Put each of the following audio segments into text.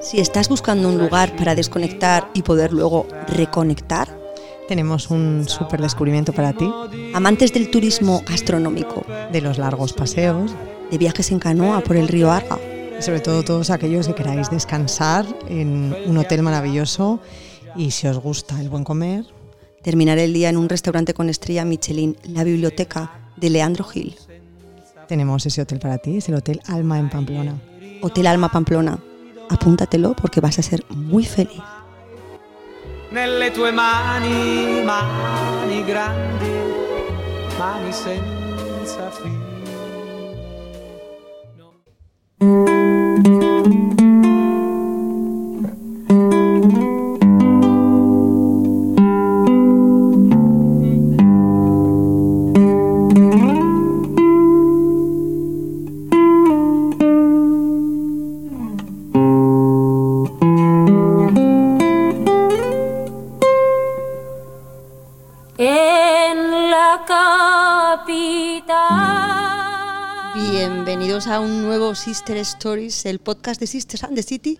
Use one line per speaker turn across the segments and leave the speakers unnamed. Si estás buscando un lugar para desconectar y poder luego reconectar,
tenemos un súper descubrimiento para ti.
Amantes del turismo gastronómico,
de los largos paseos,
de viajes en canoa por el río Arga.
Y sobre todo todos aquellos que queráis descansar en un hotel maravilloso y si os gusta el buen comer.
Terminar el día en un restaurante con estrella Michelin, la biblioteca de Leandro Gil.
Tenemos ese hotel para ti, es el Hotel Alma en Pamplona.
Hotel Alma Pamplona. Apúntatelo porque vas a ser muy feliz.
nelle tue mani, mani grandi, mani senza fine.
a un nuevo Sister Stories, el podcast de Sisters and the City,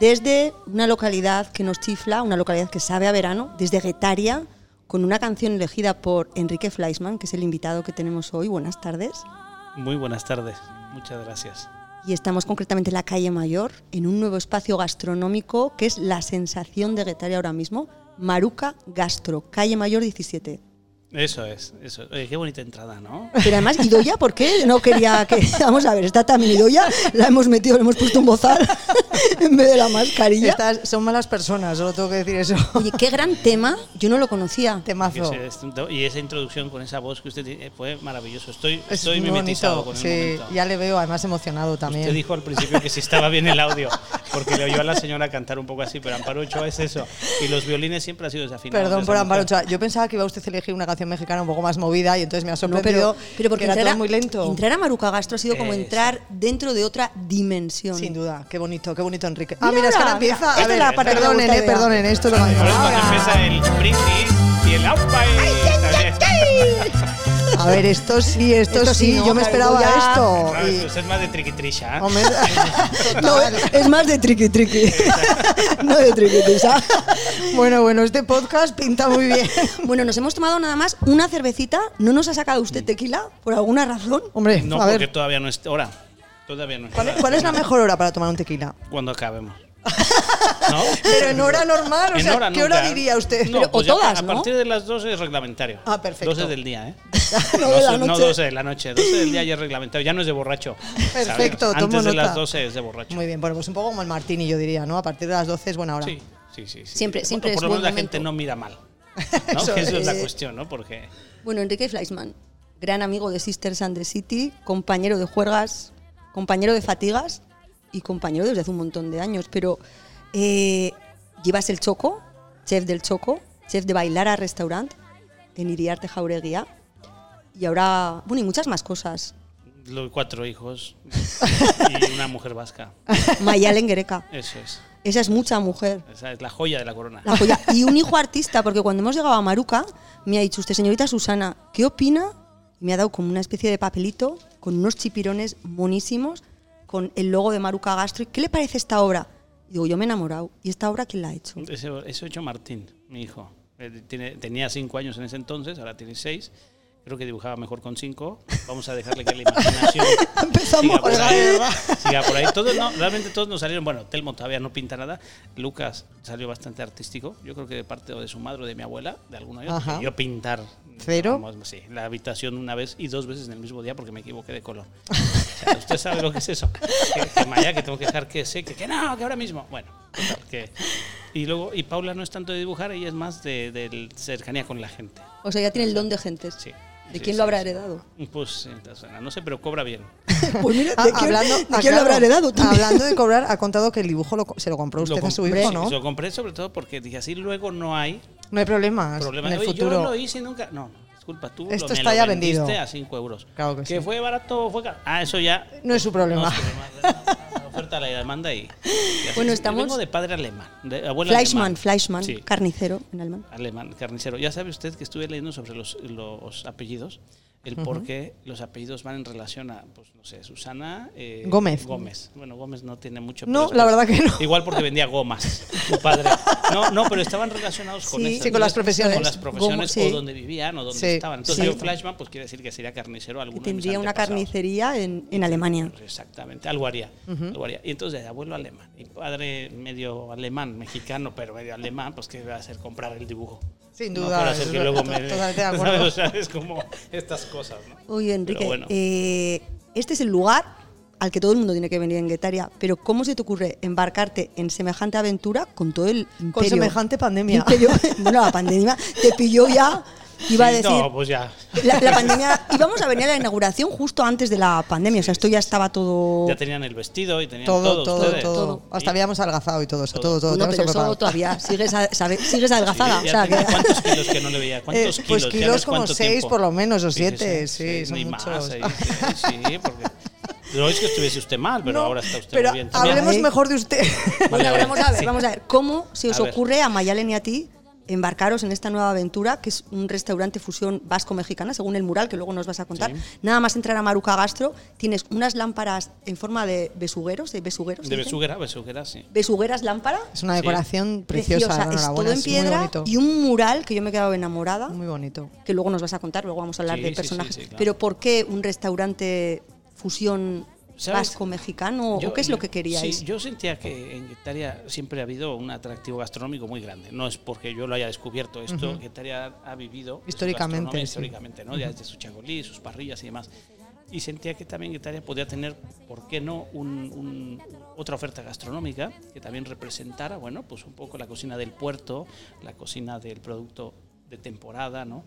desde una localidad que nos chifla, una localidad que sabe a verano, desde Guetaria, con una canción elegida por Enrique Fleisman, que es el invitado que tenemos hoy. Buenas tardes.
Muy buenas tardes, muchas gracias.
Y estamos concretamente en la calle Mayor, en un nuevo espacio gastronómico que es la sensación de Guetaria ahora mismo, Maruca Gastro, calle Mayor 17.
Eso es, eso. Oye, qué bonita entrada, ¿no?
Pero además, Idoya, ¿por qué no quería que.? Vamos a ver, está también Idoya, la hemos metido, le hemos puesto un bozal en vez de la mascarilla.
Estas son malas personas, solo tengo que decir eso.
Oye, qué gran tema, yo no lo conocía.
Temazo.
Y esa introducción con esa voz que usted tiene fue maravilloso. Estoy, estoy es mimetizado bonito, con
el sí, momento. Ya le veo, además, emocionado también.
Usted dijo al principio que si estaba bien el audio, porque le oyó a la señora cantar un poco así, pero Amparo Ochoa es eso. Y los violines siempre han sido desafinados.
Perdón por Amparo Ochoa. Yo pensaba que iba a usted a elegir una canción mexicana un poco más movida y entonces me ha
No,
sorprendido.
pero, pero, porque
que
entrar
era todo muy lento.
Entrar a Maruca Gastro ha sido como entrar dentro de otra dimensión.
Sin duda, qué bonito, qué bonito Enrique. Ah, mira, mira es que ahora empieza. A ver, la parte perdonen, eh, perdonen, esto lo
cuando empieza el brindis y el aupa
A ver, esto sí, esto, esto sí, no, yo me esperaba ya. esto.
Claro, y... esto pues, es más de ¿eh? triqui trisha.
no, es más de triqui triqui. no de triqui trisha. Bueno, bueno, este podcast pinta muy bien.
bueno, nos hemos tomado nada más una cervecita. ¿No nos ha sacado usted tequila por alguna razón?
Hombre,
no,
a
porque
ver.
todavía no es hora. Todavía no es
¿Cuál, ¿Cuál es la mejor hora para tomar un tequila?
Cuando acabemos.
¿No?
Oh.
Pero en hora normal, o en sea, hora ¿qué hora diría usted?
No,
Pero,
pues
o todas,
a,
¿no?
a partir de las 12 es reglamentario.
Ah, perfecto. Ah,
12 del día, ¿eh?
no, de la noche.
no 12 de la noche, 12 del día ya es reglamentario, ya no es de borracho.
Perfecto,
¿sabes? Antes
tomo
de
nota.
las 12 es de borracho.
Muy bien, bueno, pues un poco como el martini yo diría, ¿no? A partir de las 12 es buena hora.
Sí, sí, sí. sí.
Siempre, siempre
por,
es
por lo menos
buen
la
momento.
gente no mira mal. ¿no?
Eso
que eso
es.
es la cuestión, ¿no? Porque
Bueno, Enrique Fleisman, gran amigo de Sisters and the City, compañero de juergas, compañero de fatigas y compañero desde hace un montón de años, pero eh, llevas el choco, chef del choco, chef de bailar a restaurant en Iriarte Jaureguía y ahora, bueno, y muchas más cosas.
los cuatro hijos y una mujer vasca.
Mayal Enguereca,
Eso es.
esa es mucha mujer.
Esa es la joya de la corona.
La joya. Y un hijo artista, porque cuando hemos llegado a Maruca, me ha dicho usted, señorita Susana, ¿qué opina? Y me ha dado como una especie de papelito con unos chipirones monísimos, con el logo de Maruca Gastro. ¿Y ¿Qué le parece esta obra? Y digo, yo me he enamorado. ¿Y esta obra quién la ha hecho?
Eso, eso ha hecho Martín, mi hijo. Eh, tiene- tenía cinco años en ese entonces, ahora tiene seis. Creo que dibujaba mejor con cinco. Vamos a dejarle que la imaginación
Empezamos
siga por
a
ahí.
ver.
siga por ahí. Todos, no, realmente todos nos salieron. Bueno, Telmo todavía no pinta nada. Lucas salió bastante artístico. Yo creo que de parte o de su madre o de mi abuela, de alguna de ellos.
Ajá.
porque Yo pintar.
¿Cero?
vamos, sí, la habitación una vez y dos veces en el mismo día porque me equivoqué de color. O sea, usted sabe lo que es eso. Que, que Maya, que tengo que dejar que seque. Que no, que ahora mismo. Bueno, total, que- Y luego, y Paula no es tanto de dibujar, ella es más de, de cercanía con la gente.
O sea, ya tiene el don de gentes.
Sí.
¿De
Sí,
quién
sí,
lo habrá
sí.
heredado?
Pues, eh, Susana, no sé, pero cobra bien.
Pues mira,
Ah,
¿de quién,
hablando,
de
ah,
quién lo
claro,
habrá heredado? también?
Hablando de cobrar, ha contado que el dibujo lo co- se lo compró usted a su
compré,
hijo,
sí,
¿no?
Lo compré sobre todo porque dije así, luego no hay
No hay problemas,
problema.
Ah, en el
Oye, Yo no
futuro.
lo hice nunca. No, disculpa, tú
Esto
lo, me
está
lo
ya
vendiste
vendido.
a 5 euros.
Claro que sí.
fue barato, fue caro. Ah, eso ya.
No es su problema.
No, es que la oferta, la demanda y. y así.
Bueno,
Yo
estamos-
Vengo de padre alemán, de abuela
Fleischmann,
alemana.
Fleischmann,
Sí.
carnicero en alemán.
alemán, carnicero. Ya sabe usted que estuve leyendo sobre los, los apellidos. el por qué los apellidos van en relación a, pues no sé, Susana eh,
Gómez.
Gómez. Bueno, Gómez no tiene mucho.
No,
pero es
la verdad que no.
Igual porque vendía gomas, tu padre. No, no, pero estaban relacionados con
Sí,
eso.
sí, con las
Entonces,
profesiones.
Con las profesiones
Gomo- sí.
o donde vivían o donde
Sí,
estaban. Entonces
sí.
yo Flashman, pues quiere decir que sería carnicero alguno
que
de mis
tendría una
antepasados.
carnicería en, en Alemania.
Pues Exactamente, algo haría, algo haría. Y entonces, abuelo alemán, y padre medio alemán, mexicano, pero medio alemán, pues que va a hacer comprar el dibujo.
Sin
No
duda,
fuera a ser
es
que
verdad,
luego
to-
me-
totalmente de
¿sabes?
acuerdo.
O sea, es como estas cosas, ¿no?
Oye, Enrique,
Pero bueno.
eh, este es el lugar al que todo el mundo tiene que venir en Guetaria, pero ¿cómo se te ocurre embarcarte en semejante aventura con todo el imperio?
Con semejante pandemia.
Imperio- bueno, la pandemia te pilló ya, iba a
Sí,
decir...
No, pues ya.
La, la pandemia, íbamos a venir a la inauguración justo antes de la pandemia, o sea, esto ya estaba todo...
Ya tenían el vestido y tenían
Todo,
todo,
todo, todo,
ustedes.
Hasta habíamos algazado y todo eso, todo,
Todo.
todo.
no,
tenemos
pero eso
todo preparado.
todavía sigues, a- sabe- sigues
Sí,
adelgazada.
ya
o sea,
tenía-
que-
¿Cuántos kilos que no le veía?
Eh,
¿Cuántos
pues
kilos? Ya
kilos
ves
como
cuánto
seis,
tiempo.
por lo menos, o
Sí,
siete, sí, son
ni más,
muchos.
ahí, sí, sí, porque no es que estuviese usted mal, pero
No,
ahora está usted
pero
muy bien. también.
hablemos
Ay.
mejor de usted.
Bueno,
Vale,
vamos a ver,
sí.
vamos a ver. ¿Cómo se os
A ver.
ocurre a Mayalen y a ti embarcaros en esta nueva aventura, que es un restaurante fusión vasco-mexicana, según el mural que luego nos vas a contar?
Sí.
Nada más entrar a Maruca Gastro, tienes unas lámparas en forma de besugueros, de besugueros.
De
¿dicen?
besuguera, besuguera, sí.
Besugueras lámpara.
Es una
Sí.
decoración preciosa,
es
enhorabuena,
todo en
es muy
piedra
bonito.
y un mural que yo me he quedado enamorada,
Muy bonito.
que luego nos vas a contar, luego vamos a hablar
Sí,
de
sí, sí,
personajes.
sí, claro.
Pero ¿por qué un restaurante fusión
¿Sabes?
vasco-mexicano?
Yo-
¿O qué es lo que queríais?
Sí, yo sentía que en Guetaria siempre ha habido un atractivo gastronómico muy grande. No es porque yo lo haya descubierto, esto Guetaria ha vivido de su
Históricamente,
gastronomía,
sí.
históricamente, ¿no? Ya desde su chagolí, sus parrillas y demás. Y sentía que también Guetaria podía tener, ¿por qué no?, un- un- otra oferta gastronómica que también representara, bueno, pues un poco la cocina del puerto, la cocina del producto de temporada, ¿no?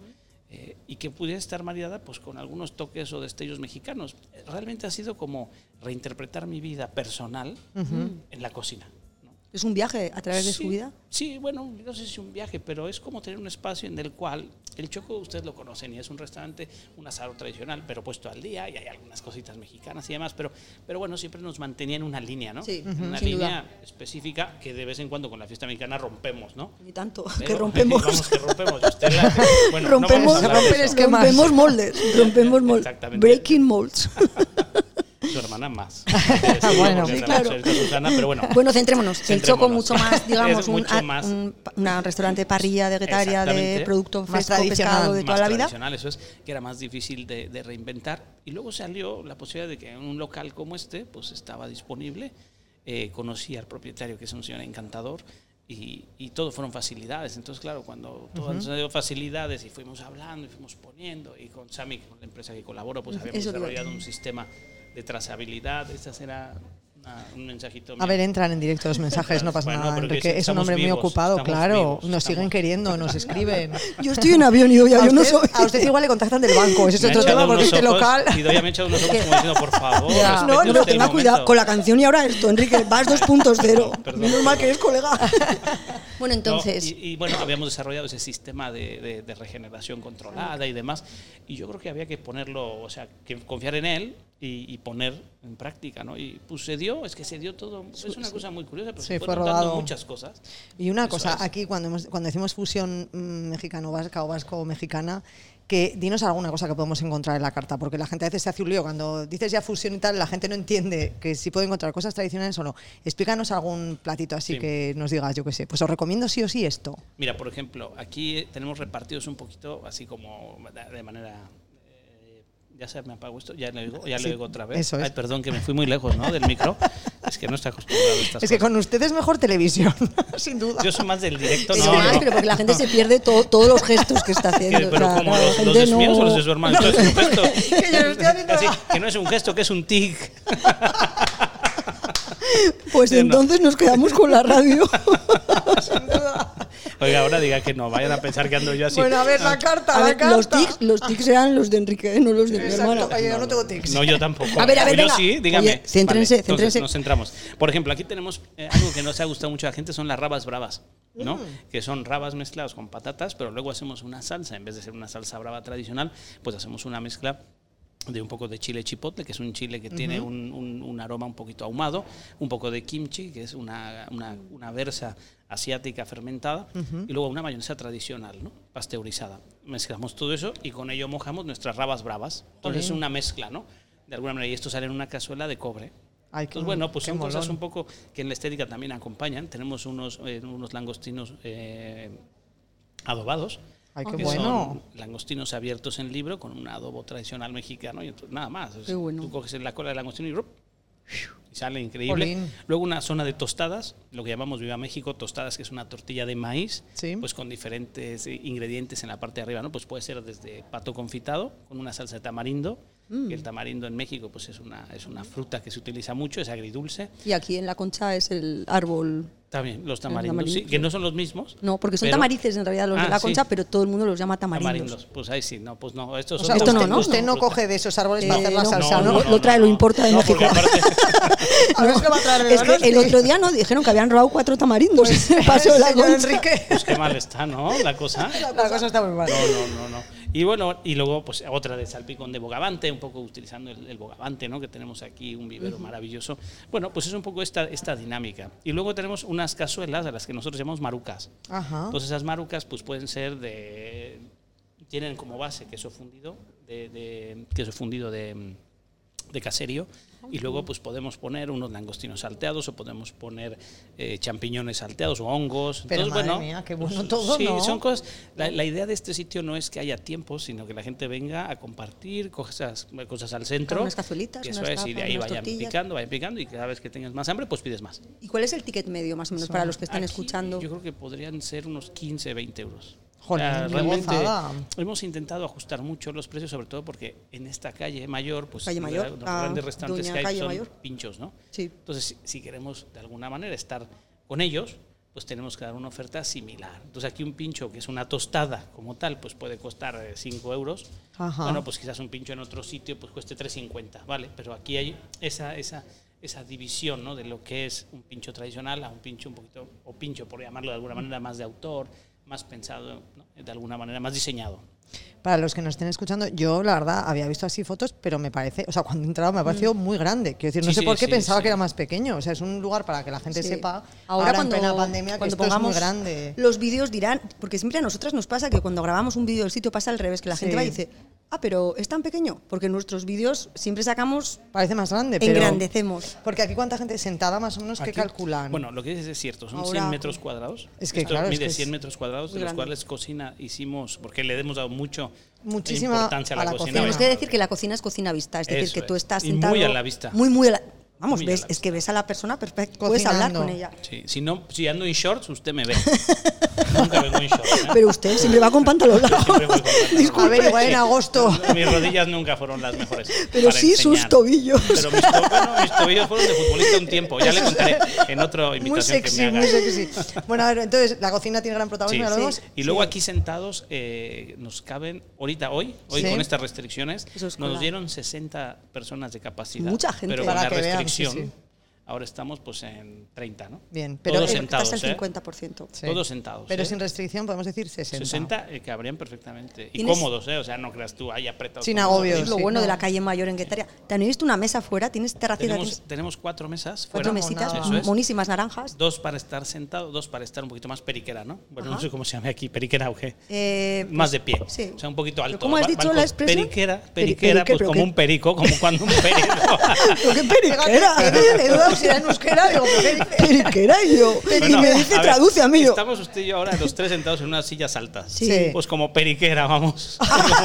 Eh, y que pudiera estar mareada pues con algunos toques o destellos mexicanos. Realmente ha sido como reinterpretar mi vida personal en la cocina. ¿no?
¿Es un viaje a través de
Sí,
su vida?
Sí, bueno, no sé si un viaje, pero es como tener un espacio en el cual el Choco ustedes lo conocen y es un restaurante, un asado tradicional, pero puesto al día y hay algunas cositas mexicanas y demás, pero, pero bueno, siempre nos mantenía en una línea, ¿no?
Sí,
En una
sin
línea específica que de vez en cuando con la fiesta mexicana rompemos, ¿no?
Ni tanto, que
Pero-
rompemos.
Vamos, que rompemos. y usted la- bueno, no vamos a
rompemos,
hablar de
romper
eso.
esquemas.
rompemos moldes, rompemos moldes.
Exactamente.
Breaking molds.
Su hermana más.
Bueno.
Ah,
porque
Sí,
la
claro.
mujer de Susana, pero bueno.
Bueno, centrémonos. El Choco
Centrémonos.
mucho más, digamos,
Es
un,
mucho
a-
más-
un pa- una restaurante de parrilla de guetaria de
Exactamente.
producto
Más
fresco,
tradicional,
pescado de toda
más
la vida.
tradicional, eso es, que era más difícil de, de reinventar. Y luego salió la posibilidad de que en un local como este, pues estaba disponible. Eh, conocí al propietario, que es un señor encantador, y, y todo fueron facilidades. Entonces, claro, cuando todo nos dio facilidades y fuimos hablando y fuimos poniendo, y con Sami, con la empresa que colaboro, pues habíamos
Eso te iba a
desarrollado un sistema de trazabilidad. Esta será una- un mensajito.
A
mío.
ver, entran en directo los mensajes, no pasa
Bueno,
nada,
pero que
Enrique. Es un
estamos
hombre muy
vivos,
ocupado,
estamos
claro. nos
vivos, estamos-
siguen queriendo, nos escriben.
Yo estoy en avión y hoy
A
avión no
usted,
soy.
a usted igual le contactan del banco, ese es
Me ha
otro
echado
tema, porque
unos
este
ojos,
local.
Y Doña me ha echado unos ojos como diciendo, por favor.
Ya.
respete
No, no,
usted el
tenga cuidado
momento.
con la canción y ahora esto, Enrique. Vas 2.0.
No, perdón.
Menos mal que eres colega. bueno,
No,
entonces,
y, y bueno, habíamos desarrollado ese sistema de, de- de regeneración controlada y demás. Y yo creo que había que ponerlo, o sea, que confiar en él y, y poner en práctica, ¿no? Y pues se dio, es que se dio todo. Es una cosa muy curiosa, pero
Sí,
se
fue
fueron
rodado.
dando muchas cosas.
Y una
Eso
cosa,
es.
aquí cuando, hemos- cuando decimos fusión mexicano-vasca o vasco-mexicana, que dinos alguna cosa que podemos encontrar en la carta, porque la gente a veces se hace un lío. Cuando dices ya fusión y tal, la gente no entiende que si puede encontrar cosas tradicionales o no. Explícanos algún platito así
Sí.
que nos digas, yo qué sé. Pues os recomiendo sí o sí esto.
Mira, por ejemplo, aquí tenemos repartidos un poquito, así como de de manera. eh, Ya se me apagó esto, ya lo digo, ya lo
Sí,
digo otra vez.
eso es.
Ay, perdón, que me fui muy lejos, ¿no? Del micro. es que no está acostumbrado a estas
Es que
cosas.
con ustedes mejor televisión, sin duda.
Yo soy más del directo,
es
no,
más,
no.
pero porque la gente se pierde to- todos los gestos que está
Que-
haciendo.
pero
o sea,
como
la
los, los
gente
de sus
no-
míos o los de su hermano. Esto es un gesto.
Que yo no estoy haciendo
Así,
nada.
que no es un gesto, que es un tic.
Pues
Sí, Eh, no.
entonces nos quedamos con la radio.
sin duda.
Oiga, ahora diga que no, vayan a pensar que ando yo así.
Bueno, a ver, la
Ah,
carta,
A
la
ver,
carta.
los tics, los tics eran los de Enrique, eh, no los de mi
Exacto,
hermana.
oye, yo no tengo tics.
No, yo tampoco.
A ver, a ver,
Yo
venga.
sí, dígame.
Oye, céntrense,
Vale, entonces
céntrense.
Nos centramos. Por ejemplo, aquí tenemos eh, algo que nos ha gustado mucho a la gente, son las rabas bravas, ¿no? Que son rabas mezcladas con patatas, pero luego hacemos una salsa. En vez de ser una salsa brava tradicional, pues hacemos una mezcla de un poco de chile chipotle, que es un chile que tiene un, un- un aroma un poquito ahumado, un poco de kimchi, que es una, una, una versa asiática fermentada, y luego una mayonesa tradicional, ¿no? pasteurizada. Mezclamos todo eso y con ello mojamos nuestras rabas bravas. Entonces es una mezcla, ¿no? De alguna manera, y esto sale en una cazuela de cobre.
Ay, qué
Entonces, bueno, pues
qué
son cosas
molón.
un poco que en la estética también acompañan. Tenemos unos, eh, unos langostinos eh, adobados.
Ay, qué
que
bueno.
Son langostinos abiertos en libro con un adobo tradicional mexicano y entonces, nada más. O sea,
bueno.
Tú coges la cola del langostino y, ¡rup! y sale increíble.
Jolín.
Luego una zona de tostadas, lo que llamamos Viva México, tostadas, que es una tortilla de maíz,
Sí.
pues con diferentes eh, ingredientes en la parte de arriba, ¿no? Pues puede ser desde pato confitado con una salsa de tamarindo.
Mm.
que El tamarindo en México pues es una, es una fruta que se utiliza mucho, es agridulce.
Y aquí en la concha es el árbol.
También los tamarindos, sí,
tamarindo.
que no son los mismos.
No, porque son
pero-
tamarices en realidad los
Ah,
de la
sí.
concha, pero todo el mundo los llama tamarindos.
Tamarindos, pues ahí sí, no, pues no. Estos
O
son
sea,
Esto
usted,
no,
tamarindo,
¿no?
usted no
fruta.
coge de esos árboles para
Eh,
hacer la
no, no,
salsa, ¿no?
no, lo trae, lo importa de México.
porque aparte-
A ver si lo va a traer de
Es que el Pues,
Donosti.
otro día no dijeron que habían robado cuatro tamarindos. en el paseo de la
Señor
concha.
Enrique.
pues qué mal está, ¿no? La cosa.
La cosa está muy mal.
No, no, no, no. Y bueno, y luego pues otra de salpicón de bogavante, un poco utilizando el, el bogavante, ¿no? Que tenemos aquí un vivero maravilloso. Bueno, pues es un poco esta, esta dinámica. Y luego tenemos unas cazuelas a las que nosotros llamamos marucas.
Ajá.
Entonces esas marucas pues pueden ser de tienen como base queso fundido de, de- queso fundido de, de caserío y luego pues podemos poner unos langostinos salteados o podemos poner eh, champiñones salteados o hongos. pues,
Pero madre mía, qué bueno todo,
sí,
¿no?
son cosas. La, la idea de este sitio no es que haya tiempo, sino que la gente venga a compartir cosas, cosas al centro.
Claro, unas cazuelitas,
Eso
unas
es, y de
papas,
ahí
unas
vayan
tortillas.
picando, vayan picando y cada vez que tengas más hambre pues pides más.
¿Y cuál es el ticket medio más o menos para los que están
Aquí,
escuchando?
Yo creo que podrían ser unos 15, 20 euros.
Jolín, qué gozada.
hemos intentado ajustar mucho los precios, sobre todo porque en esta calle mayor, pues
Calle
los
Mayor,
los
ah,
grandes restaurantes
Doña
que hay
Calle
son
Mayor.
pinchos, ¿no?
Sí.
Entonces, si, si queremos de alguna manera estar con ellos, pues tenemos que dar una oferta similar. Entonces, aquí un pincho que es una tostada como tal, pues puede costar 5 euros.
Ajá.
Bueno, pues quizás un pincho en otro sitio pues cueste 3.50, ¿vale? Pero aquí hay esa, esa, esa división, ¿no? De lo que es un pincho tradicional a un pincho un poquito, o pincho, por llamarlo de alguna manera, más de autor, más pensado, ¿no? de alguna manera, más diseñado.
Para los que nos estén escuchando, yo la verdad había visto así fotos, pero me parece, o sea, cuando he entrado me ha parecido muy grande. Quiero decir, no
Sí,
sé
sí,
por qué
sí,
pensaba
sí.
que era más pequeño. O sea, es un lugar para que la gente
Sí.
sepa. Ahora,
Ahora, cuando,
en plena pandemia, que
cuando
esto
pongamos
es muy grande.
los vídeos dirán, porque siempre a nosotras nos pasa que cuando grabamos un vídeo del sitio pasa al revés, que la gente
Sí.
va y dice, ah, pero es tan pequeño, porque en nuestros vídeos siempre sacamos,
Parece más grande, pero.
engrandecemos.
Porque aquí cuánta gente sentada más o menos que
Aquí,
calculan.
Bueno, lo que dices es cierto, son
Ahora-
100 metros cuadrados.
Es que,
Esto
claro, es
mide
que es
100 metros cuadrados,
muy
de los
grande.
cuales cocina hicimos, porque le hemos dado mucho
Muchísima
importancia a la,
a la
cocina.
cocina.
Tenemos
bueno.
que decir que la cocina es cocina a vista, es decir,
Eso
que tú
es.
estás
Y muy
sentado...
a la vista.
Muy, muy a la- Vamos,
Muy a
ves,
la
es que ves a la persona perfecta, puedes
Cocinando.
hablar con ella.
Sí, si, no, si ando en shorts, usted me ve. Nunca vengo en shorts. ¿eh?
Pero usted siempre va con pantalón
Yo siempre voy
largo.
con pantalón.
A ver, igual en agosto.
Mis rodillas nunca fueron las mejores.
Pero
para
sí
enseñar.
sus tobillos.
Pero mis, to- bueno, mis tobillos fueron de futbolista un tiempo. Ya le contaré en otra invitación
Muy sexy,
que me
muy
haga.
sexy. Bueno, a ver, entonces, la cocina tiene gran protagonismo,
Sí.
ya lo vemos.
Y luego aquí sentados eh, nos caben, ahorita hoy, hoy
Sí.
con estas restricciones,
Eso es
nos
cola.
dieron 60 personas de capacidad.
Mucha gente.
Pero
Para
con la
que vean,
restricción,
sí, sí.
ahora estamos pues en 30, ¿no?
Bien, pero-
todos
Eh,
sentados,
Estás
¿eh?
al 50%.
Sí.
Todos sentados.
Pero
¿eh?
sin restricción podemos decir 60.
60 eh, cabrían perfectamente. Y
Tienes-
cómodos, ¿eh? O sea, no creas tú ahí apretados.
Sin
como
agobios.
nosotros.
Es lo
sí,
bueno
no.
de la calle mayor en Guetaria. ¿También visto una mesa fuera? ¿Tienes terracita?
Tenemos,
¿Tienes
tenemos cuatro mesas
cuatro
fuera.
mesitas?
nada.
Eso es.
Monísimas naranjas.
Dos para estar sentado, dos para estar un poquito más periquera, ¿no? Bueno, no
Ajá.
sé cómo se llama aquí, periquera o qué.
Eh,
más de pie.
sí.
O sea, un poquito alto.
¿Pero cómo has
Va-
dicho
van
la
con
expresión?
Periquera,
Peri-
periquera,
perique-
pues
pero
como
qué-
un perico, como cuando un perico.
pues, Pero qué periquera.
Fíjate, le dudo si era en euskera, digo, ¿por qué dice?
periquera y yo.
Bueno,
y me dice,
ver,
traduce, amigo.
Estamos usted y yo ahora los tres sentados en unas sillas altas.
Sí.
Pues como periquera, vamos.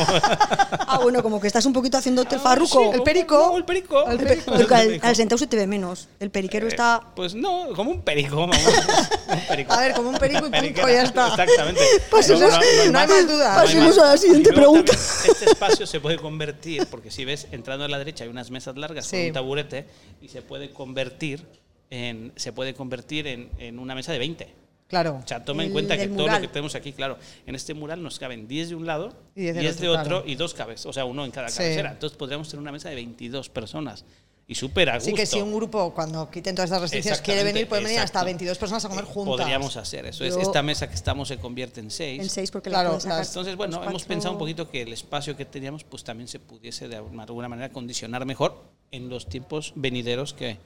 Ah, bueno, como que estás un poquito haciéndote el
Ah, Sí,
farruco.
el perico.
no, el perico.
El
El
perico.
pe- porque al, al sentado se te ve menos. El periquero está...
Pues no, como un perico, vamos. como un perico.
A ver, como un perico y punto,
Periquera,
ya está. Pues
Exactamente.
Pasemos-
no hay más duda.
no hay
pasemos
más.
a la siguiente
Y luego
pregunta.
también, este espacio se puede convertir, porque si ves, entrando a la derecha hay unas mesas largas
Sí.
con un taburete y se puede convertir en, se puede convertir en, en una mesa de 20.
Claro.
O sea, toma
El
en cuenta que
del
todo
mural.
lo que tenemos aquí, claro, en este mural nos caben 10 de un lado,
Y 10 del
10 de
otro,
otro
claro.
y dos cabezas, o sea, uno en cada
Sí.
cabecera. Entonces podríamos tener una mesa de 22 personas. y súper a gusto.
Así que si un grupo, cuando quiten todas estas restricciones, quiere
Exactamente,
venir, pueden venir hasta
exacto.
22 personas a comer
Eh,
juntas.
Podríamos hacer eso. Es,
Yo-
esta mesa que estamos se convierte en seis.
En seis, porque
Claro,
la puedes sacar
las-
Entonces, bueno,
los
hemos
cuatro-
pensado un poquito que el espacio que teníamos, pues también se pudiese de alguna alguna manera condicionar mejor en los tiempos venideros que,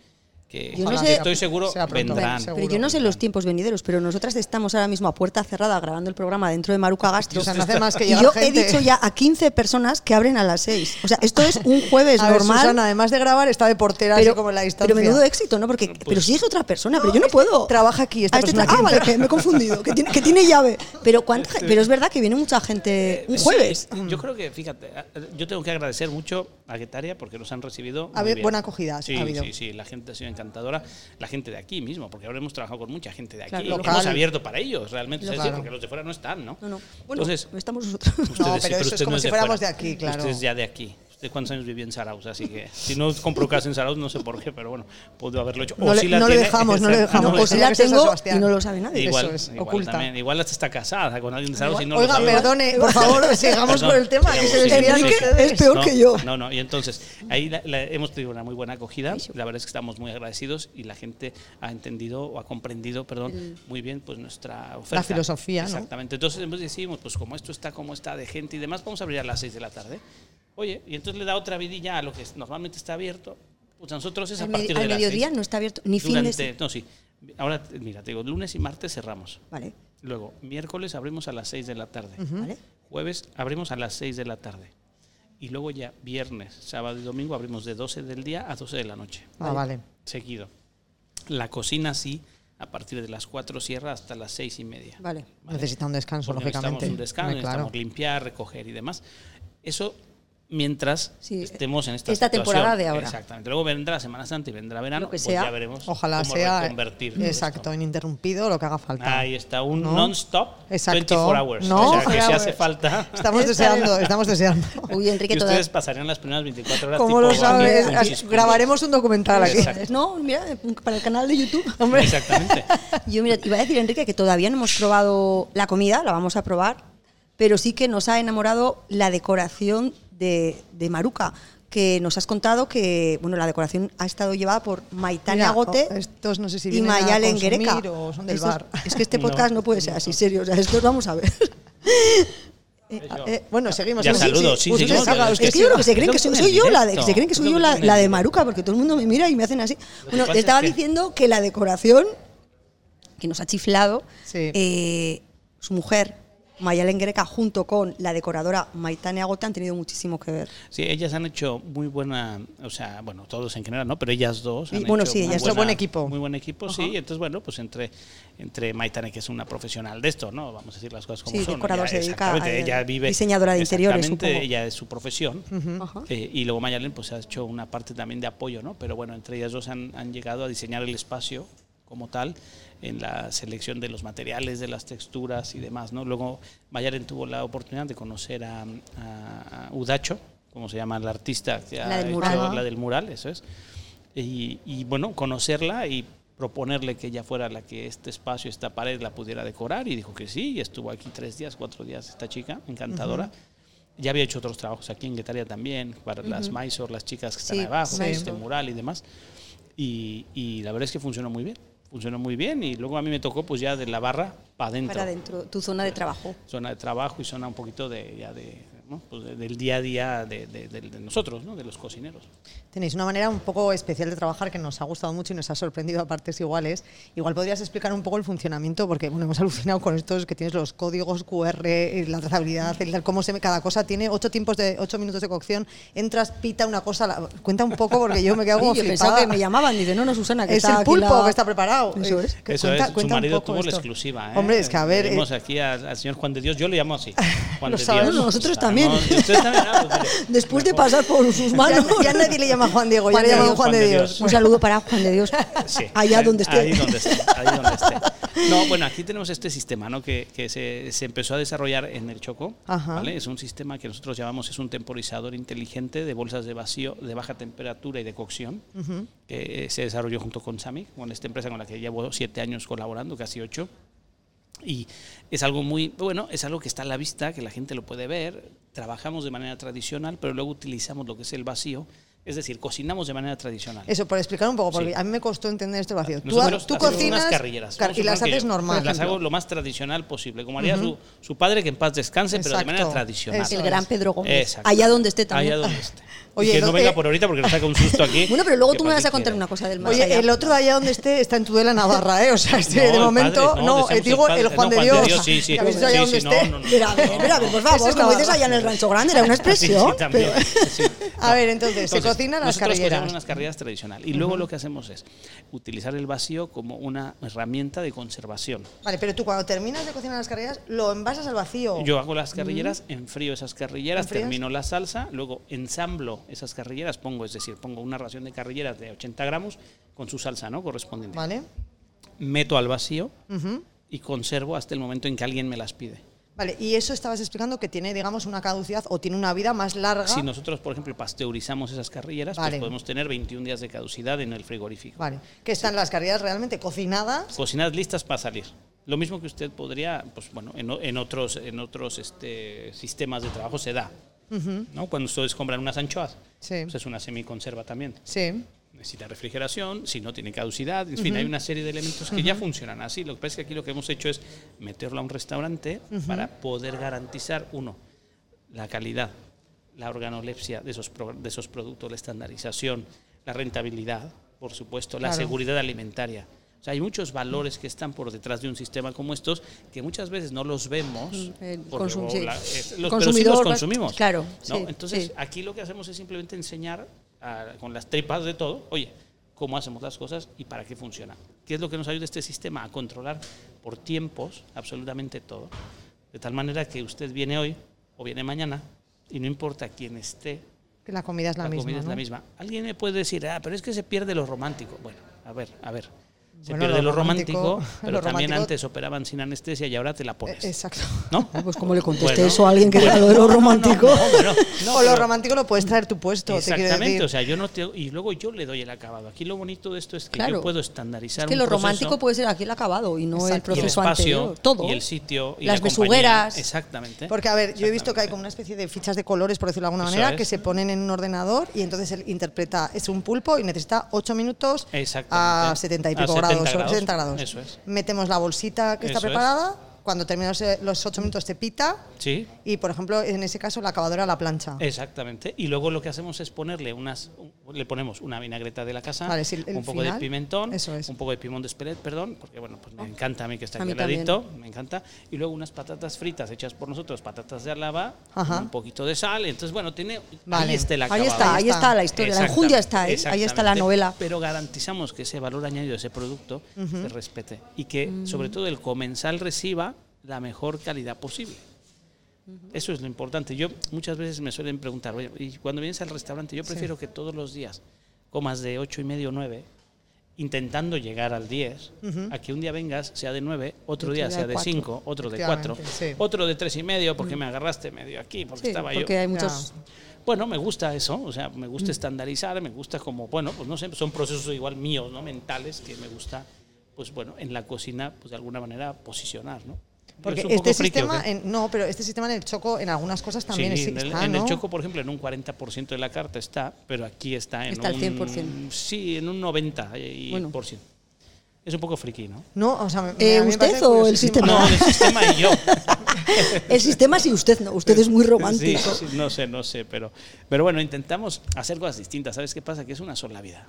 que
Yo no
que
sé-
estoy seguro
sea pronto,
vendrán.
seguro.
Pero yo no sé los tiempos venideros, pero nosotras estamos ahora mismo a puerta cerrada grabando el programa dentro de Maruca Gastro.
O sea, no hace más que
y
llegar
yo
gente.
he dicho ya a 15 personas que abren a las 6. O sea, esto es un jueves
A ver,
normal.
Susana, además de grabar, está de portera, así
pero,
como en la distancia.
pero menudo éxito, ¿no? Porque,
Pues-
pero si es otra persona, pero yo no puedo.
trabaja aquí, esta
Ah, este
persona
tra-
aquí.
ah, vale, que me he confundido, que tiene, que tiene llave. Pero, ¿cuánta, gen- pero es verdad que viene mucha gente un
Este- Eh, Sí,
jueves.
yo creo que, fíjate, a- yo tengo que agradecer mucho a Guetaria porque nos han recibido.
Ha
muy
habido
bien.
buena acogida,
Sí,
ha habido.
sí, sí, la gente ha sido encantadora. La gente de aquí mismo, porque ahora hemos trabajado con mucha gente de aquí.
Claro,
Hemos
local.
abierto para ellos, realmente. es
Claro.
decir, porque los de fuera no están, ¿no?
No, no. Bueno,
Entonces, pues,
estamos nosotros.
Ustedes sí,
pero eso es
usted
como
es
si fuéramos
fuera.
de aquí, claro.
Usted es ya de aquí. Usted cuántos años vivió en Saraus, así que si no compró casa en Saraus, no sé por qué, pero bueno, pudo haberlo hecho.
No, le,
sí la
no le
tiene,
dejamos, no le
exacto,
dejamos. Pues
No, o sí
Seguro
la
que está en San
tengo
Sebastián.
y no lo sabe nadie.
Igual,
Eso es,
igual
oculta.
también. Igual hasta está casada con alguien de Saraus y no lo
Oiga,
sabe.
perdone, por favor, sigamos
Perdón,
por el tema, que
digamos,
se
sí,
desvía
sí,
de
sí, sí.
ustedes.
Es peor que yo.
No, no, y entonces ahí la- la- hemos tenido una muy buena acogida. La verdad es que estamos muy agradecidos y la gente ha entendido o ha comprendido, perdón, muy bien pues nuestra oferta.
filosofía, ¿no?
Exactamente. Entonces hemos decidimos, pues como esto está, como está de gente y demás, vamos a abrir a las 6 de la tarde. Oye, y entonces le da otra vidilla a lo que normalmente está abierto. Pues a nosotros es a
Al,
partir
me-
de
al
las
mediodía
seis.
no está abierto, ni fin de
Durante- No, sí. Ahora, mira, te digo, lunes y martes cerramos.
Vale,
Luego, miércoles abrimos a las 6 de la tarde.
vale.
Jueves abrimos a las 6 de la tarde. Y luego ya viernes, sábado y domingo abrimos de 12 del día a 12 de la noche.
Ah, vale.
Seguido. La cocina sí, a partir de las 4 cierra hasta las 6 y media.
Vale.
Necesita un descanso,
Porque
lógicamente.
necesitamos un descanso,
Hombre, claro.
necesitamos limpiar, recoger y demás. Eso mientras
Sí,
estemos en esta,
esta
situación.
temporada de ahora.
Exactamente. Luego vendrá Semana Santa y vendrá verano.
Lo que
pues
sea.
ya veremos
Ojalá
cómo
sea
reconvertir todo esto.
exacto, ininterrumpido, lo que haga falta.
Ahí está, un
¿No?
non-stop
Exacto.
24 hours.
No,
o sea, que si
24
hace falta.
Estamos deseando, estamos deseando.
Uy,
Y
Enrique, todavía.
ustedes pasarían las primeras 24 horas.
Como
tipo
lo
Bonnie
sabes,
and
As-
Clyde.
grabaremos un documental aquí.
Exacto.
No, mira, para el canal de YouTube.
Exactamente.
Yo mira, iba a decir, Enrique, que todavía no hemos probado la comida, la vamos a probar, pero sí que nos ha enamorado la decoración de, de Maruca, que nos has contado que bueno, la decoración ha estado llevada por Maitania
Mira,
Gote
oh, estos no sé si
y
vienen a
Mayalen
consumir
Guerreca.
o son del
Estos-
bar.
Es que este podcast no,
No,
puede ser así, serio. O sea, estos vamos a ver.
Eh, bueno, seguimos.
Ya
Sí, Pues sí,
saludo, sí,
Usted
seguimos.
siga,
Es
usted
Es que yo creo que se creen
Eso
que
fue
soy,
en
soy yo la de,
directo.
se creen que
Eso
soy yo
fue
la,
en
la de
directo.
Maruca, porque todo el mundo me mira y me hacen así.
que
Bueno,
pasa
te
es
estaba
que-
diciendo que la decoración que nos ha chiflado,
Sí.
eh, su mujer, Mayalen Greca, junto con la decoradora Maitania Gote, han tenido muchísimo que ver.
Sí, ellas han hecho muy buena, o sea, bueno, todos en general, ¿no? Pero ellas dos.
Y
han
bueno,
hecho
sí,
muy
ellas
dos.
buena-
Buen equipo.
Muy buen equipo, sí. Entonces, bueno, pues entre, entre Maitane, que es una profesional de esto, ¿no? Vamos a decir las cosas como
Sí,
son.
decorador
Ella-
se dedica
exactamente,
a-
ella vive.
diseñadora de interiores,
exactamente,
supongo.
Ella es su profesión.
Ajá.
Eh, y luego Mayalen pues ha hecho una parte también de apoyo, ¿no? Pero bueno, entre ellas dos han, han llegado a diseñar el espacio como tal, en la selección de los materiales, de las texturas y demás, ¿no? Luego Mayalen tuvo la oportunidad de conocer a, a- a Udacho, como se llama la artista que
La
ha
del
hecho
mural.
la del mural, eso es. Y, y, bueno, conocerla y proponerle que ella fuera la que este espacio, esta pared la pudiera decorar y dijo que sí, y estuvo aquí tres días, cuatro días esta chica, encantadora. Ya había hecho otros trabajos aquí en Guetaria también, para las Mysore, las chicas que están
Sí,
ahí abajo,
sí.
este mural y demás. Y, y la verdad es que funcionó muy bien, funcionó muy bien y luego a mí me tocó pues ya de la barra para
Para
adentro
dentro, tu zona de trabajo.
zona de trabajo y zona un poquito de, ya de, ¿no? Pues de- del día a día de, de- de- de nosotros, ¿no? de los cocineros.
Tenéis una manera un poco especial de trabajar que nos ha gustado mucho y nos ha sorprendido a partes iguales. Igual podrías explicar un poco el funcionamiento, porque bueno, hemos alucinado con estos que tienes los códigos QR, eh, la trazabilidad, el tal, cómo se me- cada cosa tiene ocho tiempos de ocho minutos de cocción. Entras, pita una cosa, la- cuenta un poco porque yo me quedo
Sí,
como
yo
flipada.
pensaba que me llamaban y dice, no, no, Susana, que
es
está
el
aquí
pulpo
la-
que está preparado. Eh,
Eso es.
Que
Eso
cuenta-
es,
cuenta
su
un
marido
poco
tuvo la
esto.
exclusiva. ¿eh?
Hombre, es que a ver, eh,
Tenemos aquí al, al señor Juan de Dios, yo le llamo así. Juan
Lo
de
sabemos
Dios.
nosotros
Lo
también.
sabemos. Y ustedes también, ah, pues mire,
Después de
mejor.
pasar por sus
ya,
manos.
ya nadie le llama Juan Diego, ya
Juan
le
de
llaman
Dios,
Juan de Dios.
Un saludo para Juan de Dios.
Sí,
Allá
ahí-
donde esté.
Ahí donde esté, ahí donde esté. No, bueno, aquí tenemos este sistema, ¿no? Que, que se, se empezó a desarrollar en el Choco,
Ajá.
¿vale? Es un sistema que nosotros llamamos, es un temporizador inteligente de bolsas de vacío, de baja temperatura y de cocción, que eh, se desarrolló junto con Sami, con esta empresa con la que llevo siete años colaborando, casi ocho. Y es algo muy, bueno, es algo que está a la vista, que la gente lo puede ver. Trabajamos de manera tradicional, pero luego utilizamos lo que es el vacío, Es decir, cocinamos de manera tradicional.
Eso, por explicar un poco, porque
Sí.
a mí me costó entender este vacío. Tú,
Nosotros
tú
hacemos
cocinas
unas carrilleras.
car-
Vamos
y
a
las
suponer que
haces
yo
normal.
Las hago lo más tradicional posible, como haría su, su padre que en paz descanse, pero de manera
Exacto.
tradicional.
Eso
El gran Pedro Gómez.
Exacto.
Allá donde esté también.
Allá donde esté.
Oye,
Oye, que no
no-
venga
eh.
por ahorita porque nos saca un susto aquí.
Bueno, pero luego
que
tú me
para
vas
qué
a contar
quiera. eh,
una cosa del más
Oye,
allá.
el otro de allá donde esté está en Tudela, Navarra, ¿eh? O sea, este,
No, el
de
padre,
momento, no,
decíamos
eh, digo el
padre,
Juan,
no,
de Dios.
sí, sí.
Que habéis dicho allá
Sí,
donde
sí,
esté.
no, no, no.
Mira, a ver, mira, a ver, por favor,
Ese
como
estaba-
dices allá en el Rancho Grande, era una
Sí, sí,
expresión.
también. Sí.
A ver, entonces, se
Entonces,
cocinan las
nosotros cocinamos
carrilleras.
unas carreras tradicional y luego lo que hacemos es utilizar el vacío como una herramienta de conservación.
Vale, pero tú cuando terminas de cocinar las carrilleras, lo envasas al vacío.
Yo hago las carrilleras, enfrío esas carrilleras,
¿Enfrías?
termino la salsa, luego ensamblo esas carrilleras, pongo, es decir, pongo una ración de carrilleras de 80 gramos con su salsa, ¿no? Correspondiente.
Vale.
Meto al vacío
Ujú.
y conservo hasta el momento en que alguien me las pide.
Vale, y eso estabas explicando que tiene, digamos, una caducidad o tiene una vida más larga.
Si nosotros, por ejemplo, pasteurizamos esas carrilleras,
Vale.
pues podemos tener 21 días de caducidad en el frigorífico.
Vale, que están las carrilleras realmente cocinadas.
Cocinadas listas para salir. Lo mismo que usted podría, pues bueno, en, o- en otros, en otros este, sistemas de trabajo se da. ¿no? Cuando ustedes compran unas anchoas,
Sí.
pues es una semiconserva también.
Sí.
Necesita refrigeración, si no tiene caducidad, en fin, hay una serie de elementos que ya funcionan así. Lo que pasa es que aquí lo que hemos hecho es meterlo a un restaurante para poder garantizar, uno, la calidad, la organolepsia de esos, pro- de esos productos, la estandarización, la rentabilidad, por supuesto, la
Claro.
seguridad alimentaria. O sea, hay muchos valores que están por detrás de un sistema como estos que muchas veces no los vemos,
Mm, el
porque
consum-
o
sí.
la- es- los, pero sí los
Consumidor,
consumimos.
claro,
¿no?
sí,
Entonces,
sí.
Aquí lo que hacemos es simplemente enseñar a- con las tripas de todo, oye, cómo hacemos las cosas y para qué funciona. ¿Qué es lo que nos ayuda este sistema? A controlar por tiempos absolutamente todo. De tal manera que usted viene hoy o viene mañana y no importa quién esté,
Que la comida es la,
la,
misma.
comida es
¿no?
la misma. Alguien me puede decir, ah, pero es que se pierde lo romántico. Bueno, a ver, a ver. Se
Bueno,
pierde
lo
lo romántico,
romántico-
pero
lo
también
romántico-
antes operaban sin anestesia y ahora te la
Eh,
pones.
Exacto.
¿No?
Ah, Pues como le contesté
Bueno,
eso a alguien que
bueno.
era lo de lo
No, no, no,
romántico.
no, bueno, no,
o lo
pero-
romántico lo puedes traer tú puesto, te quiero
Exactamente,
decir.
o sea, yo no te, y luego yo le doy el acabado. Aquí lo bonito de esto es que yo
Claro.
puedo estandarizar
Es que
un
lo
proceso
romántico puede ser aquí el acabado y no el
Exacto.
y el
proceso
espacio
anterior. Todo.
y el sitio y
Las
la compañía.
besugueras.
Exactamente.
Porque, a ver, yo he visto que hay
¿eh? Exactamente.
como una especie de fichas de colores, por decirlo de alguna
Eso
manera,
es.
que se ponen en un ordenador y entonces él interpreta, es un pulpo y necesita 8 minutos
Exactamente.
a 70 y
A
pico grados,
70 grados.
70 grados.
Eso es.
Metemos la bolsita que está
Eso es.
preparada, cuando terminas eh, los 8 minutos te pita
Sí.
y, por ejemplo, en ese caso, la acabadora a la plancha.
Exactamente. Y luego lo que hacemos es ponerle unas, un- le ponemos una vinagreta de la casa,
Vale, sí, el
un poco
final.
de pimentón,
Eso es.
un poco de pimón de espelet, perdón, porque bueno, pues me encanta a mí que está
Oh, A
aquí
mí
al ladito, me encanta. Y luego unas patatas fritas hechas por nosotros, patatas de alaba,
Ajá.
con un poquito de sal. Entonces, bueno, tiene
Vale.
ahí está el
Ahí
acabado.
está, ahí
está.
está la historia. La enjundia está, ¿eh? ahí está la
Exactamente.
novela.
Pero garantizamos que ese valor añadido de ese producto se respete y que,
Mm.
sobre todo, el comensal reciba la mejor calidad posible. Eso es lo importante. Yo muchas veces me suelen preguntar, oye, y cuando vienes al restaurante, yo prefiero que todos los días comas de 8 y medio, 9, intentando llegar al 10, a que un día vengas, sea de 9, otro
Otro
día
día
sea
de
de
cuatro.
5, otro de 4,
Efectivamente, sí.
otro de 3 y medio, porque me agarraste medio aquí, porque
Sí,
estaba yo.
porque hay muchos.
Bueno, me gusta eso, o sea, me
Mm.
gusta estandarizar, me gusta como, bueno, pues no sé, son procesos igual míos, ¿no? Mentales que me gusta, pues bueno, en la cocina, pues de alguna manera posicionar, ¿no? Pero
Porque
es un
este
poco friki, ¿o
sistema,
qué?
en, no, pero este sistema en el choco, en algunas cosas también
Sí,
es-
en el,
está,
en el
¿no?
Choco, por ejemplo, en un 40% de la carta está, pero aquí está en
Está al
un...
100%.
Sí, en un 90%. y
Bueno.
por ciento. Es un poco friki, ¿no?
No, o sea, me-
Eh,
a mí me
¿usted
parece
o el
curiosísimo.
sistema?
No, el sistema y yo.
El sistema sí, usted no. Usted es muy romántico.
Sí, sí, no sé, no sé, pero, pero bueno, intentamos hacer cosas distintas. ¿Sabes qué pasa? Que es una sola vida.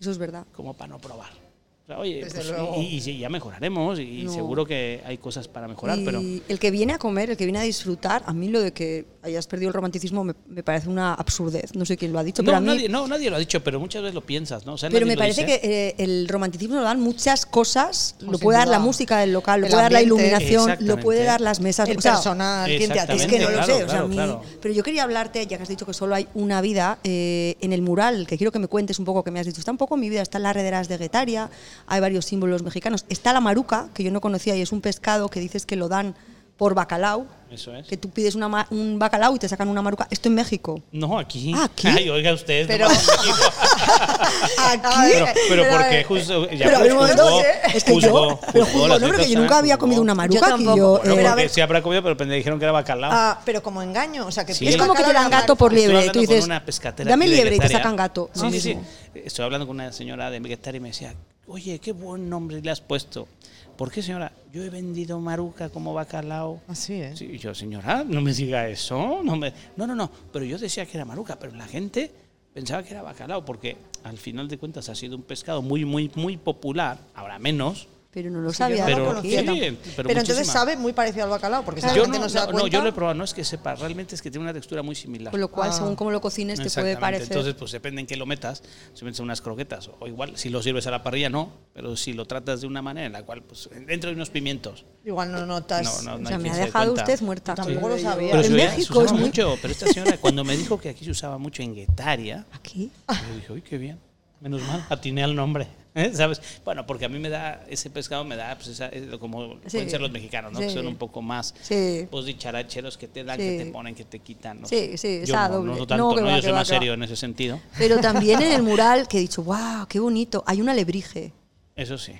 Eso es verdad.
como para no probar. O sea, oye,
Desde
pues,
luego.
y, y sí, ya mejoraremos y
No.
seguro que hay cosas para mejorar,
y
pero
el que viene a comer, el que viene a disfrutar, a mí lo de que hayas perdido el romanticismo me, me parece una absurdez. No sé quién lo ha dicho,
no,
pero a mí.
nadie, no, nadie lo ha dicho, pero muchas veces lo piensas, ¿no? O sea,
Pero
nadie
me
lo
parece
dice.
que eh, el romanticismo lo dan muchas cosas.
No,
lo
sin
puede dar la
duda.
música del local, lo
El
puede dar la
ambiente.
iluminación, lo puede
Exactamente.
dar las mesas.
El
o sea,
personal, ¿quién te atiende?
Es que no lo
Claro,
sé, o sea, a
claro,
mí-
claro.
pero yo quería hablarte, ya que has dicho que solo hay una vida, eh, en el mural, que quiero que me cuentes un poco, que me has dicho, está un poco mi vida, están las rederas de Guetaria, hay varios símbolos mexicanos, está la maruca, que yo no conocía y es un pescado que dices que lo dan por bacalao,
Eso es.
que tú pides una ma- un bacalao y te sacan una maruca. Esto en México.
No, aquí.
Ah, aquí.
Ay, oiga usted.
Pero-
no pasa nada.
Aquí.
Pero, pero
Pero,
porque
eh,
justo. Ya pues,
pero a ver, un
juzgó,
momento, ¿eh? es que yo-
juzgó,
pero
juzgó
juzgó,
las
no, porque
letras,
yo nunca
¿eh?
había comido
Juzgó.
una maruca
Yo
que
tampoco.
yo,
Bueno,
eh,
Pero a
porque
ver-
sí habrá comido, pero me dijeron que era bacalao.
Ah, pero como engaño, o sea, que
Sí.
es
el
como que te dan gato por
Estoy
liebre.
hablando
Tú
con
dices,
una pescatera
dame
aquí de
liebre y te
Guetaria.
sacan gato.
Sí,
Ah,
sí, sí.
mismo.
Estoy hablando con una señora de Guetaria y me decía, oye, qué buen nombre le has puesto. ¿Por qué, señora? Yo he vendido maruca como bacalao.
Así, ¿eh?
Sí, y yo, señora, no me diga eso. No, me... no, no, no. Pero yo decía que era maruca, pero la gente pensaba que era bacalao, porque al final de cuentas ha sido un pescado muy, muy, muy popular. Ahora menos.
Pero no lo
Sí, yo
sabía.
no
Pero-
lo conocía
sí,
tampoco.
pero
Pero entonces
muchísima.
sabe muy parecido al bacalao, porque si la
Yo
gente
no,
no, se da
no,
cuenta.
no, yo lo he probado, no es que sepa, realmente es que tiene una textura muy similar.
Con lo cual,
Ah.
según cómo lo cocines, te puede
Exactamente.
parecer.
Entonces, pues depende en qué lo metas, si metes unas croquetas o igual, si lo sirves a la parrilla, no, pero si lo tratas de una manera en la cual, pues, dentro de unos pimientos.
Igual no notas.
No, no,
o
no
sea,
hay
me
quien
ha
se dé
dejado
cuenta.
usted muerta.
Tampoco lo sabía.
Pero
en
se veía- se
México
usaba
es muy...
mucho, pero esta señora cuando me dijo que aquí se usaba mucho en Guetaria,
Aquí.
yo dije, uy, qué bien, menos mal, atiné al nombre, ¿eh? ¿sabes? Bueno, porque a mí me da, ese pescado me da, pues, esa- eh, como
Sí.
pueden ser los mexicanos, ¿no? Que
Sí.
son un poco más,
Sí.
pues, dicharacheros que te dan,
Sí.
que te ponen, que te quitan, ¿no?
Sí, sí,
Yo
esa
no,
doble.
No,
No,
tanto,
que
no,
va,
yo
que
soy
va,
más
que va.
serio en ese sentido,
Pero también en el mural que he dicho, wow, qué bonito. Hay un alebrije
eso sí.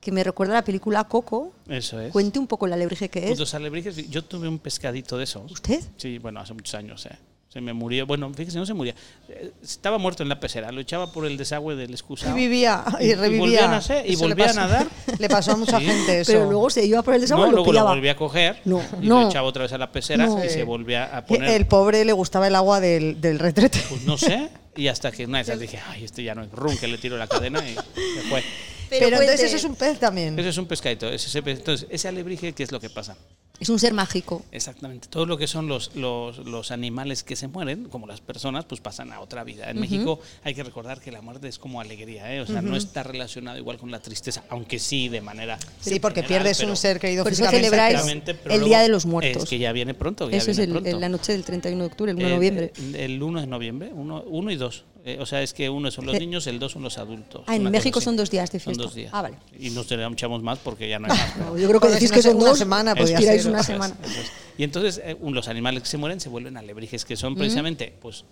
que me recuerda a la película Coco.
Eso es.
Cuente un poco el alebrije que es.
Putos alebrijes. Yo tuve un pescadito de esos.
¿Usted?
Sí, bueno, hace muchos años. eh. Se me murió. Bueno, fíjese, no se murió. Eh, Estaba muerto en la pecera. Lo echaba por el desagüe del
Y
excusado.
vivía,
Y-
y
y
revivía.
volvía a nacer, y
Eso le
volvía a
pasó-
nadar.
Le pasó a mucha
Sí.
gente eso.
Pero luego se iba por el desagüe
No,
y lo
luego lo
pillaba.
volví a coger
No,
y
no.
lo echaba otra vez a la pecera
No.
y
Sí.
se volvía a poner.
el pobre le gustaba el agua del, del retrete.
Pues no sé. Y hasta que una de esas dije, ay, este ya no es rum, que le tiro la cadena y se fue.
Pero, entonces
cuente,
eso es un pez también.
Ese es un pescadito. ese es el pe- entonces, ese alebrije, ¿qué es lo que pasa?
es un ser mágico.
Exactamente. Todo lo que son los, los, los animales que se mueren, como las personas, pues pasan a otra vida. En México hay que recordar que la muerte es como alegría, ¿eh? o sea, no está relacionado igual con la tristeza, aunque sí de manera.
Sí, porque
general,
pierdes
pero-
un ser querido
Por eso
físicamente.
celebráis-
pero-
Exactamente, pero
el
luego-
Día de los Muertos.
Es que ya viene pronto. ya
Eso es
viene
el-
pronto.
la noche del 31 de octubre, el 1
El-
de noviembre.
Eh, El, 1 de noviembre, 1 y 2. o sea, es que uno son los
Eh,
niños, el 2 son los adultos.
Ah, en
una cosa
México
así.
son dos días de
Son
fiesta.
dos días.
Ah, vale.
Y nos echamos más porque ya no hay más. pero-
No, yo creo que
Joder,
decís
si no
que
sé,
son
una
dos.
semana
os
podía
tiráis
ser,
una
Eso es,
semana.
eso es. Y entonces eh, un- los animales que se mueren se vuelven alebrijes, que son precisamente pues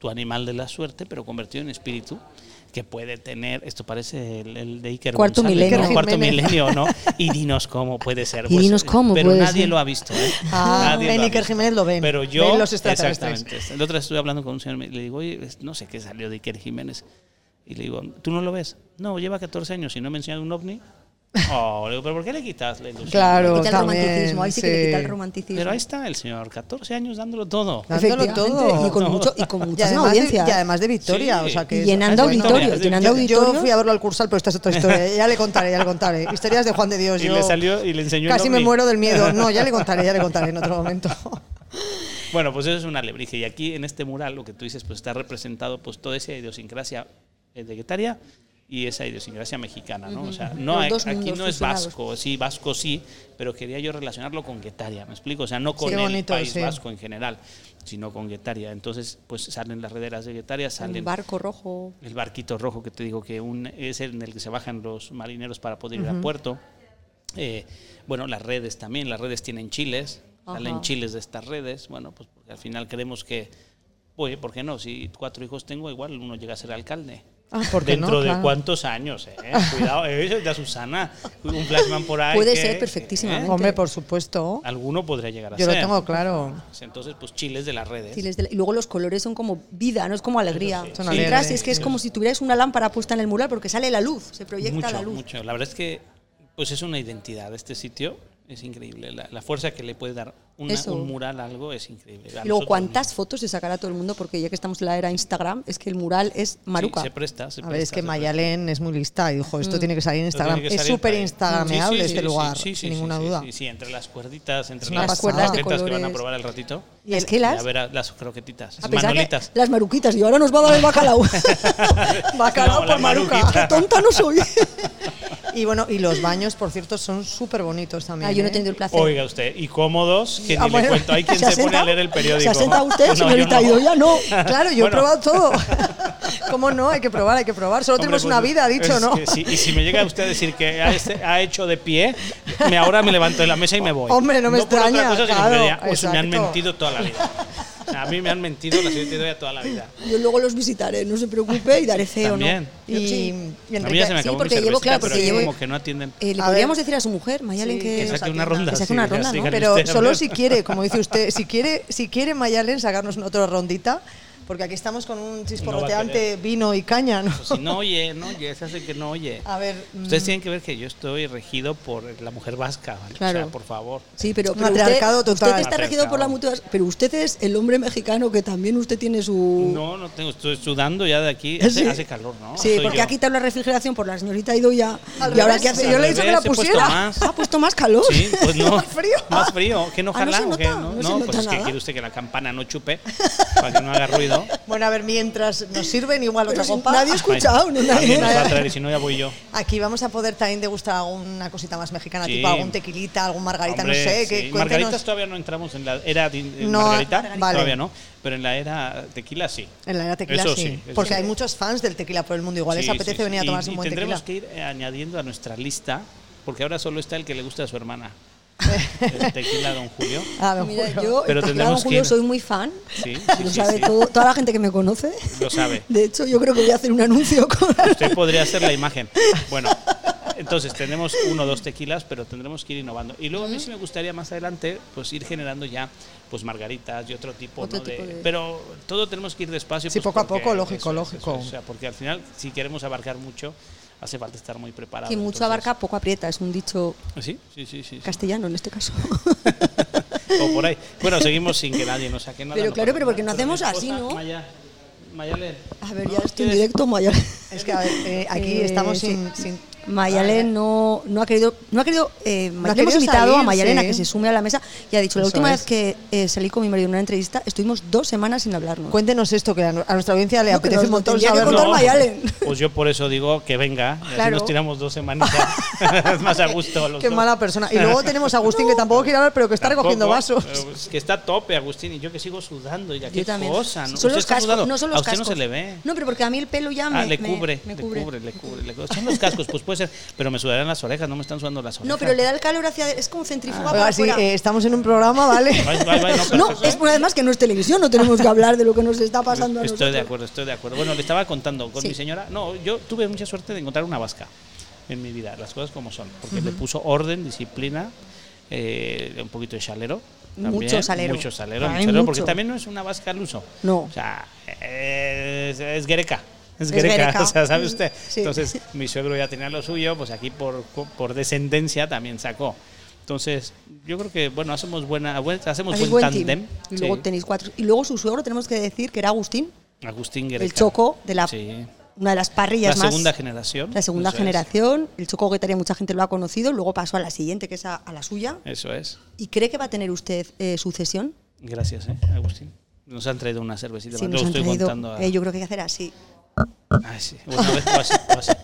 tu animal de la suerte, pero convertido en espíritu, que puede tener, esto parece el, el de Iker
Cuarto
González,
milenio.
¿no?
Iker
Cuarto
Jiménez.
milenio, ¿no? Y dinos cómo puede ser. pues, eh,
Y dinos cómo
Pero
puede
nadie
ser.
lo ha visto, ¿eh?
Ah,
Nadie
ven,
lo ha
Iker
visto.
Jiménez lo ven.
Pero yo,
Ven los extraterrestres.
exactamente. El otro día estuve hablando con un señor, le digo, oye, es- no sé qué salió de Iker Jiménez. Y le digo, ¿tú no lo ves? No, lleva 14 años y no me enseñan un ovni. Oh, le digo, ¿pero por qué le quitas la ilusión?
Claro,
Quita el
También,
romanticismo. Ahí sí que
sí.
le quita el romanticismo.
Pero ahí está el señor, 14 años dándolo todo.
Claro, dándolo
Efectivamente,
todo.
Y con,
No.
mucho, y con
Y
muchísima
además, de,
audiencia.
y además de victoria,
Sí.
o sea que
Y
es-
llenando
es bueno.
auditorios, llenando
yo, yo
auditorios.
fui a verlo al cursal, pero esta es otra historia. Ya le contaré, ya le contaré. Historias de Juan de Dios.
Y
yo
le salió y le enseñó el
Casi me
ovni.
muero del miedo. No, ya le contaré, ya le contaré en otro momento.
Bueno, pues eso es una alebrije. Y aquí en este mural, lo que tú dices, pues está representado pues toda esa idiosincrasia eh, de Guetaria y esa idiosincrasia mexicana, ¿no? O sea, no,
Los
hay-
dos
aquí
mundos
no es
fusionados.
vasco, sí, vasco sí, pero quería yo relacionarlo con Guetaria, ¿me explico? O sea, no con
qué
el
bonito,
país
sí.
vasco en general, sino con Guetaria. Entonces, pues salen las rederas de Guetaria,
Un
salen
barco rojo.
el barquito rojo que te digo que un, es el en el que se bajan los marineros para poder ir a puerto. Eh, bueno, las redes también, las redes tienen chiles, salen
Ajá.
chiles de estas redes. Bueno, pues porque al final creemos que, oye, ¿por qué no? Si cuatro hijos tengo, igual uno llega a ser alcalde.
Ah, ¿por qué no?
Dentro de
Claro.
cuántos años, ¿eh? Cuidado, eh, eso es de Susana, un flashman por ahí.
Puede
que- eh,
ser perfectísimamente.
Hombre, por supuesto.
Alguno podría llegar a
Yo lo
ser.
tengo claro.
Entonces, pues chiles de las redes.
Sí, les de la- y luego los colores son como vida, no es como alegría.
Son
Si entras
alegres.
y es que es como si tuvieras una lámpara puesta en el mural porque sale la luz, se proyecta
mucho,
la luz.
Mucho. La verdad es que pues es una identidad este sitio. Es increíble. La, la fuerza que le puede dar una-
Eso.
un mural a algo es increíble. A
Y luego
nosotros
cuántas
nos-
fotos se sacará todo el mundo porque ya que estamos en la era Instagram, es que el mural es maruca.
Sí, se presta, se
A ver,
presta,
es que
se
Mayalen es muy lista y dijo,
Mm.
esto tiene que salir en
presta. Esto
Instagram.
tiene que
Es
salir
súper
para ahí.
instagramable
Sí, sí,
este
sí,
lugar,
sí, sí,
sin
sí,
ninguna
sí,
duda.
sí, sí, entre las cuerditas, entre
una
las
pasada. Las cuerdas de
croquetas que van a
colores.
probar al ratito.
Y es
Y
que
a
las,
ver a- las croquetitas,
a pesar que-
manolitas.
las maruquitas, y ahora nos va a dar el bacalao.
No, la maruquita.
Qué tonta no soy.
Y bueno, y los baños, por cierto, son súper bonitos también.
Ah, yo no
¿eh?
he tenido el placer.
Oiga usted, y cómodos, que
Ah,
ni le
bueno.
cuento. Hay quien se,
ha
pone a
sentado?
leer el periódico.
¿Se ha sentado usted,
No, yo
señorita?
no.
yo, ya no.
Claro, yo he
Bueno.
probado todo. ¿Cómo no? Hay que probar, hay que probar. Solo
Hombre,
tenemos
pues,
una vida, ha dicho,
es
¿no?
que sí, y si me llega usted a decir que ha, este- ha hecho de pie, me, ahora me levanto de la mesa y me voy.
Hombre, no me
por otra
extraña,
cosa, sino
claro,
que ya, pues, me han
exacto.
mentido toda la vida. O sea, a mí me han mentido la señorita Idoia toda la vida.
Yo luego los visitaré, no se preocupe y daré feo,
También.
¿no?
Y,
Sí.
y
a mí ya
Enrique,
se me
sí,
acabó mi
porque llevo-
cervecita,
claro, porque
pero
llevo-
como que no atienden.
Eh, le
A
podríamos
ver.
decir a su mujer, Mayalen,
Sí,
que,
que
nos
saque una
atiendan,
ronda.
que se hace
sí,
una
ya
ronda, ¿no?
sigan
pero
ustedes
solo
hablando.
si quiere, como dice usted, si quiere, si quiere Mayalen sacarnos otra rondita, porque aquí estamos con un chisporroteante
querer.
vino y caña, ¿no?
Pues si no oye, no oye, se hace que no oye.
A ver, mm,
Ustedes tienen que ver que yo estoy regido por la mujer vasca, ¿vale? O
Claro.
sea, por favor.
Sí, pero, pero
Matriarcado
usted,
total.
usted está regido por la
Matriarcado.
mutua, pero usted es el hombre mexicano que también usted tiene su...
No, no tengo, estoy sudando ya de aquí. Hace,
Sí.
hace calor, ¿no?
Sí,
Soy
porque
yo.
ha quitado la refrigeración por la señorita Idoia.
Al
y ahora
revés,
que hace...
yo le he
Al
dicho que la
revés, he puesto
pusiera.
más.
¿Ha puesto más calor?
Sí, pues no.
Más frío.
Más frío. ¿Qué no
Ah, ¿no
jala
se
o qué?
nota?
No,
¿No se
no,
nota
pues es que
nada?
quiere usted que la campana no chupe para que no haga ruido.
Bueno, a ver, mientras nos sirven igual
Pero
otra
si
copa.
nadie ha escuchado, no,
Alguien
nadie.
nos va a traer y si no ya voy yo.
Aquí vamos a poder también degustar alguna cosita más mexicana,
Sí.
tipo algún tequilita, algún margarita,
Hombre,
no sé.
sí.
Que cuéntenos.
Margaritas todavía no entramos en la era de- de
No,
Margarita,
Margarita.
todavía no, pero en la era tequila sí.
En la era tequila,
Eso
sí.
sí, eso
porque
sí.
hay muchos fans del tequila por el mundo. Igual les
Sí,
apetece
sí, sí.
venir a
Y-
tomarse un
y
buen tequila.
tendremos que ir eh, añadiendo a nuestra lista, porque ahora solo está el que le gusta a su hermana. El tequila Don Julio.
Ah, me
Mira,
juro.
yo,
Pero
el tequila
tendremos
Don Julio,
que-
soy muy fan.
Sí, sí,
Lo
sí,
sabe
sí.
todo- toda la gente que me conoce.
Lo sabe.
De hecho, yo creo que voy a hacer un anuncio con...
Usted podría hacer la imagen. Bueno, entonces tenemos uno o dos tequilas, pero tendremos que ir innovando. Y luego a mí sí me gustaría más adelante pues ir generando ya pues margaritas y otro tipo,
Otro
¿no? de-
tipo de-
Pero todo tenemos que ir despacio.
Sí,
pues,
poco a
porque
poco, lógico,
eso es, eso
lógico.
es. O sea, porque al final, si queremos abarcar mucho, hace falta estar muy preparado.
Que mucho
Entonces- ¿Ah,
abarca, poco aprieta. Es un dicho
Sí, sí, sí. sí, sí.
castellano en este caso.
o por ahí. Bueno, seguimos sin que nadie nos saque nada.
Pero
no
claro,
pasa
pero porque
nada.
no hacemos
mi esposa,
así, ¿no?
Maya- Mayalen,
A ver,
¿no?
ya estoy en
Ustedes-
directo, Mayalen.
Es que a ver, eh, aquí
Eh,
estamos
sí.
sin. sin-
Mayalen no, no ha querido, no ha querido, eh,
ha
le
querido
hemos invitado
salir,
a Mayalen a
sí.
que se
¿eh?
sume a la mesa y ha dicho, la
Eso
última
es.
vez que eh, salí con mi marido en una entrevista, estuvimos dos semanas sin hablarnos.
Cuéntenos esto, que a nu- a nuestra audiencia le
No, que
apetece
nos
un
lo
montón
tendría que
saberlo.
contar Mayalen.
Pues yo por eso digo que venga, y así
Claro.
nos tiramos dos semanas es más a gusto. Los
Qué
dos.
mala persona. Y luego tenemos a Agustín, que tampoco quiere hablar, pero que está
Tampoco, eh,
recogiendo vasos.
pero es Pues, que está a tope, Agustín, y yo que sigo sudando. Y qué
Yo también.
cosa, ¿no?
Son
Usted
los
está
cascos,
sudando.
no son
a
los
usted
cascos.
no se le ve.
No, pero porque a mí el pelo ya me,
Ah, le
me-
cubre,
me
le cubre, le cubre, le cubre. Son los cascos, pues puede ser, pero me sudarán las orejas, no me están sudando las orejas.
No, pero le da el calor hacia, es como
Ah,
centrífuga para
Oiga, sí,
afuera.
eh, estamos en un programa, ¿vale?
Ay, ay, ay, no, pero
No,
eso- ¿eh?
es por además que no es televisión, no tenemos que hablar de lo que nos está pasando a
Estoy
nosotros.
de acuerdo, estoy de acuerdo. Bueno, le estaba contando con mi señora. No, yo tuve mucha suerte de encontrar una vasca en mi vida, las cosas como son, porque le puso orden, disciplina, eh, un poquito de chalero. también,
Mucho salero.
Mucho salero,
Ay,
mucho salero, porque
mucho.
también no es una vasca al uso.
No.
O sea, eh, es, es guereca. Es
Es
guereca,
guereca.
o sea, ¿sabe usted?
Sí.
Entonces, mi suegro ya tenía lo suyo, pues aquí por, por descendencia también sacó. Entonces, yo creo que, bueno, hacemos buena, buen- hacemos
Hacéis
buen,
buen team.
tándem.
Y luego
Sí.
tenéis cuatro. Y luego su suegro tenemos que decir que era Agustín,
Agustín Guereca.
el choco de la
Sí.
una de las
La
parrillas más.
segunda generación.
La segunda
eso es.
generación, el Choco Guetaria mucha gente lo ha conocido, luego pasó a la siguiente, que es a, a la suya.
Eso es.
¿Y cree que va a tener usted eh, sucesión?
Gracias, ¿eh, Agustín. Nos han traído una cervecita.
Sí,
más.
nos
Lo
han
estoy
traído-
contando a...
eh, yo creo que hay que hacer así.
Ah, sí. Una vez o así, o así.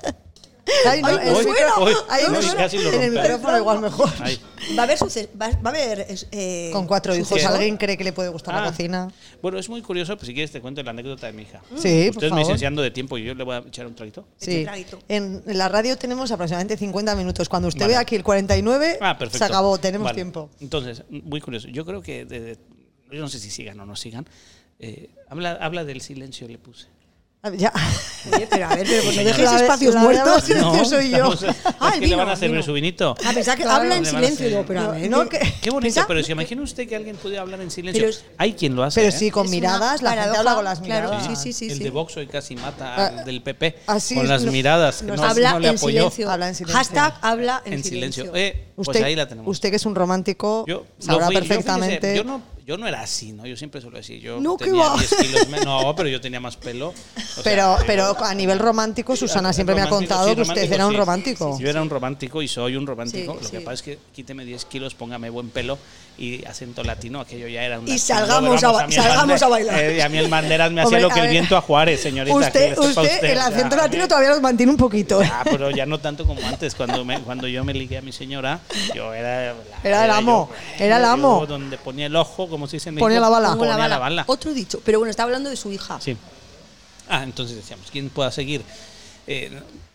Ay, no,
Ay,
el
hoy-
micro-
hoy-
ay,
hoy
no,
casi
en
lo
el
rompemos.
micrófono igual mejor.
Ay.
Va a haber suce- va, va a haber es- eh,
Con cuatro hijos,
¿Qué?
¿alguien cree que le puede gustar
Ah.
la cocina?
Bueno, es muy curioso, pues si quieres te cuento la anécdota de mi hija.
Sí, por
Ustedes me dicen
favor.
si ando de tiempo y yo le voy a echar un traguito.
Eche un
Sí.
traguito.
En la radio tenemos aproximadamente 50 minutos. Cuando usted
Vale.
ve aquí el 49,
Ah,
se
perfecto.
acabó, tenemos
Vale.
tiempo.
Entonces, muy curioso. Yo creo que, de- de- yo no sé si sigan o no sigan. Eh, habla, habla del silencio, le puse.
A ver, Ah, Ya.
Oye, pero a ver, pero pues no
La-
dejes
la-
espacios
la-
muertos.
Silencio soy yo.
estamos- es
Ah, el
que le
vino,
van a
el
servir
vino.
su vinito.
Ah, pensaba que habla en
Le van a
silencio,
hacer-
digo, pero a
No,
ver.
no,
¿qué-
que-
Qué bonito,
Pensaba-
pero si imagina usted que alguien pudiera hablar en silencio.
Pero es-
Hay quien lo hace.
Pero
¿eh?
sí, con
Es una
miradas, la gente
paradoja,
habla con las
claro,
miradas.
sí, sí,
el
sí.
de Vox hoy casi mata
Ah,
al del PP
así
con las
no-
miradas. que
no
No,
se-
habla
no le
en
apoyó.
silencio.
Habla en silencio.
Hashtag habla en,
En silencio.
silencio.
Eh, pues
Usted,
ahí la tenemos.
usted que es un romántico
yo lo
sabrá
fui- yo, fíjese,
perfectamente.
Yo, no, Yo no era así, ¿no? Yo siempre se lo decía. Yo
No, que
tenía
va.
10 kilos menos. No, pero yo tenía más pelo. O
Pero,
sea, eh,
pero a nivel romántico, Susana siempre me ha
Romántico,
contado
sí,
que usted
romántico,
era un
sí.
romántico.
Yo era un romántico y soy un romántico.
Sí,
Lo que
sí.
pasa es que quíteme 10 kilos, póngame buen pelo y acento latino, aquello ya era un.
Y
latino,
salgamos
pero vamos,
a ba-
mí el
salgamos
Bander-
a bailar.
eh, a mí el banderas me hacía
Hombre,
lo que
a
el
ver.
viento a Juárez, señorita. que le
Usted,
sepa
usted, el
o sea,
acento
a mí-
latino todavía lo mantiene un poquito. ¿eh?
Ah, pero ya no tanto como antes. Cuando, me, cuando yo me ligué a mi señora, yo era.
Era el amo, era el
yo
amo.
donde ponía el ojo, como se dice en
Ponía
México,
la bala.
ponía
Pongo la bala.
bala.
Otro dicho, pero bueno, está hablando de su hija.
Sí. Ah, entonces decíamos, ¿quién pueda seguir? Eh,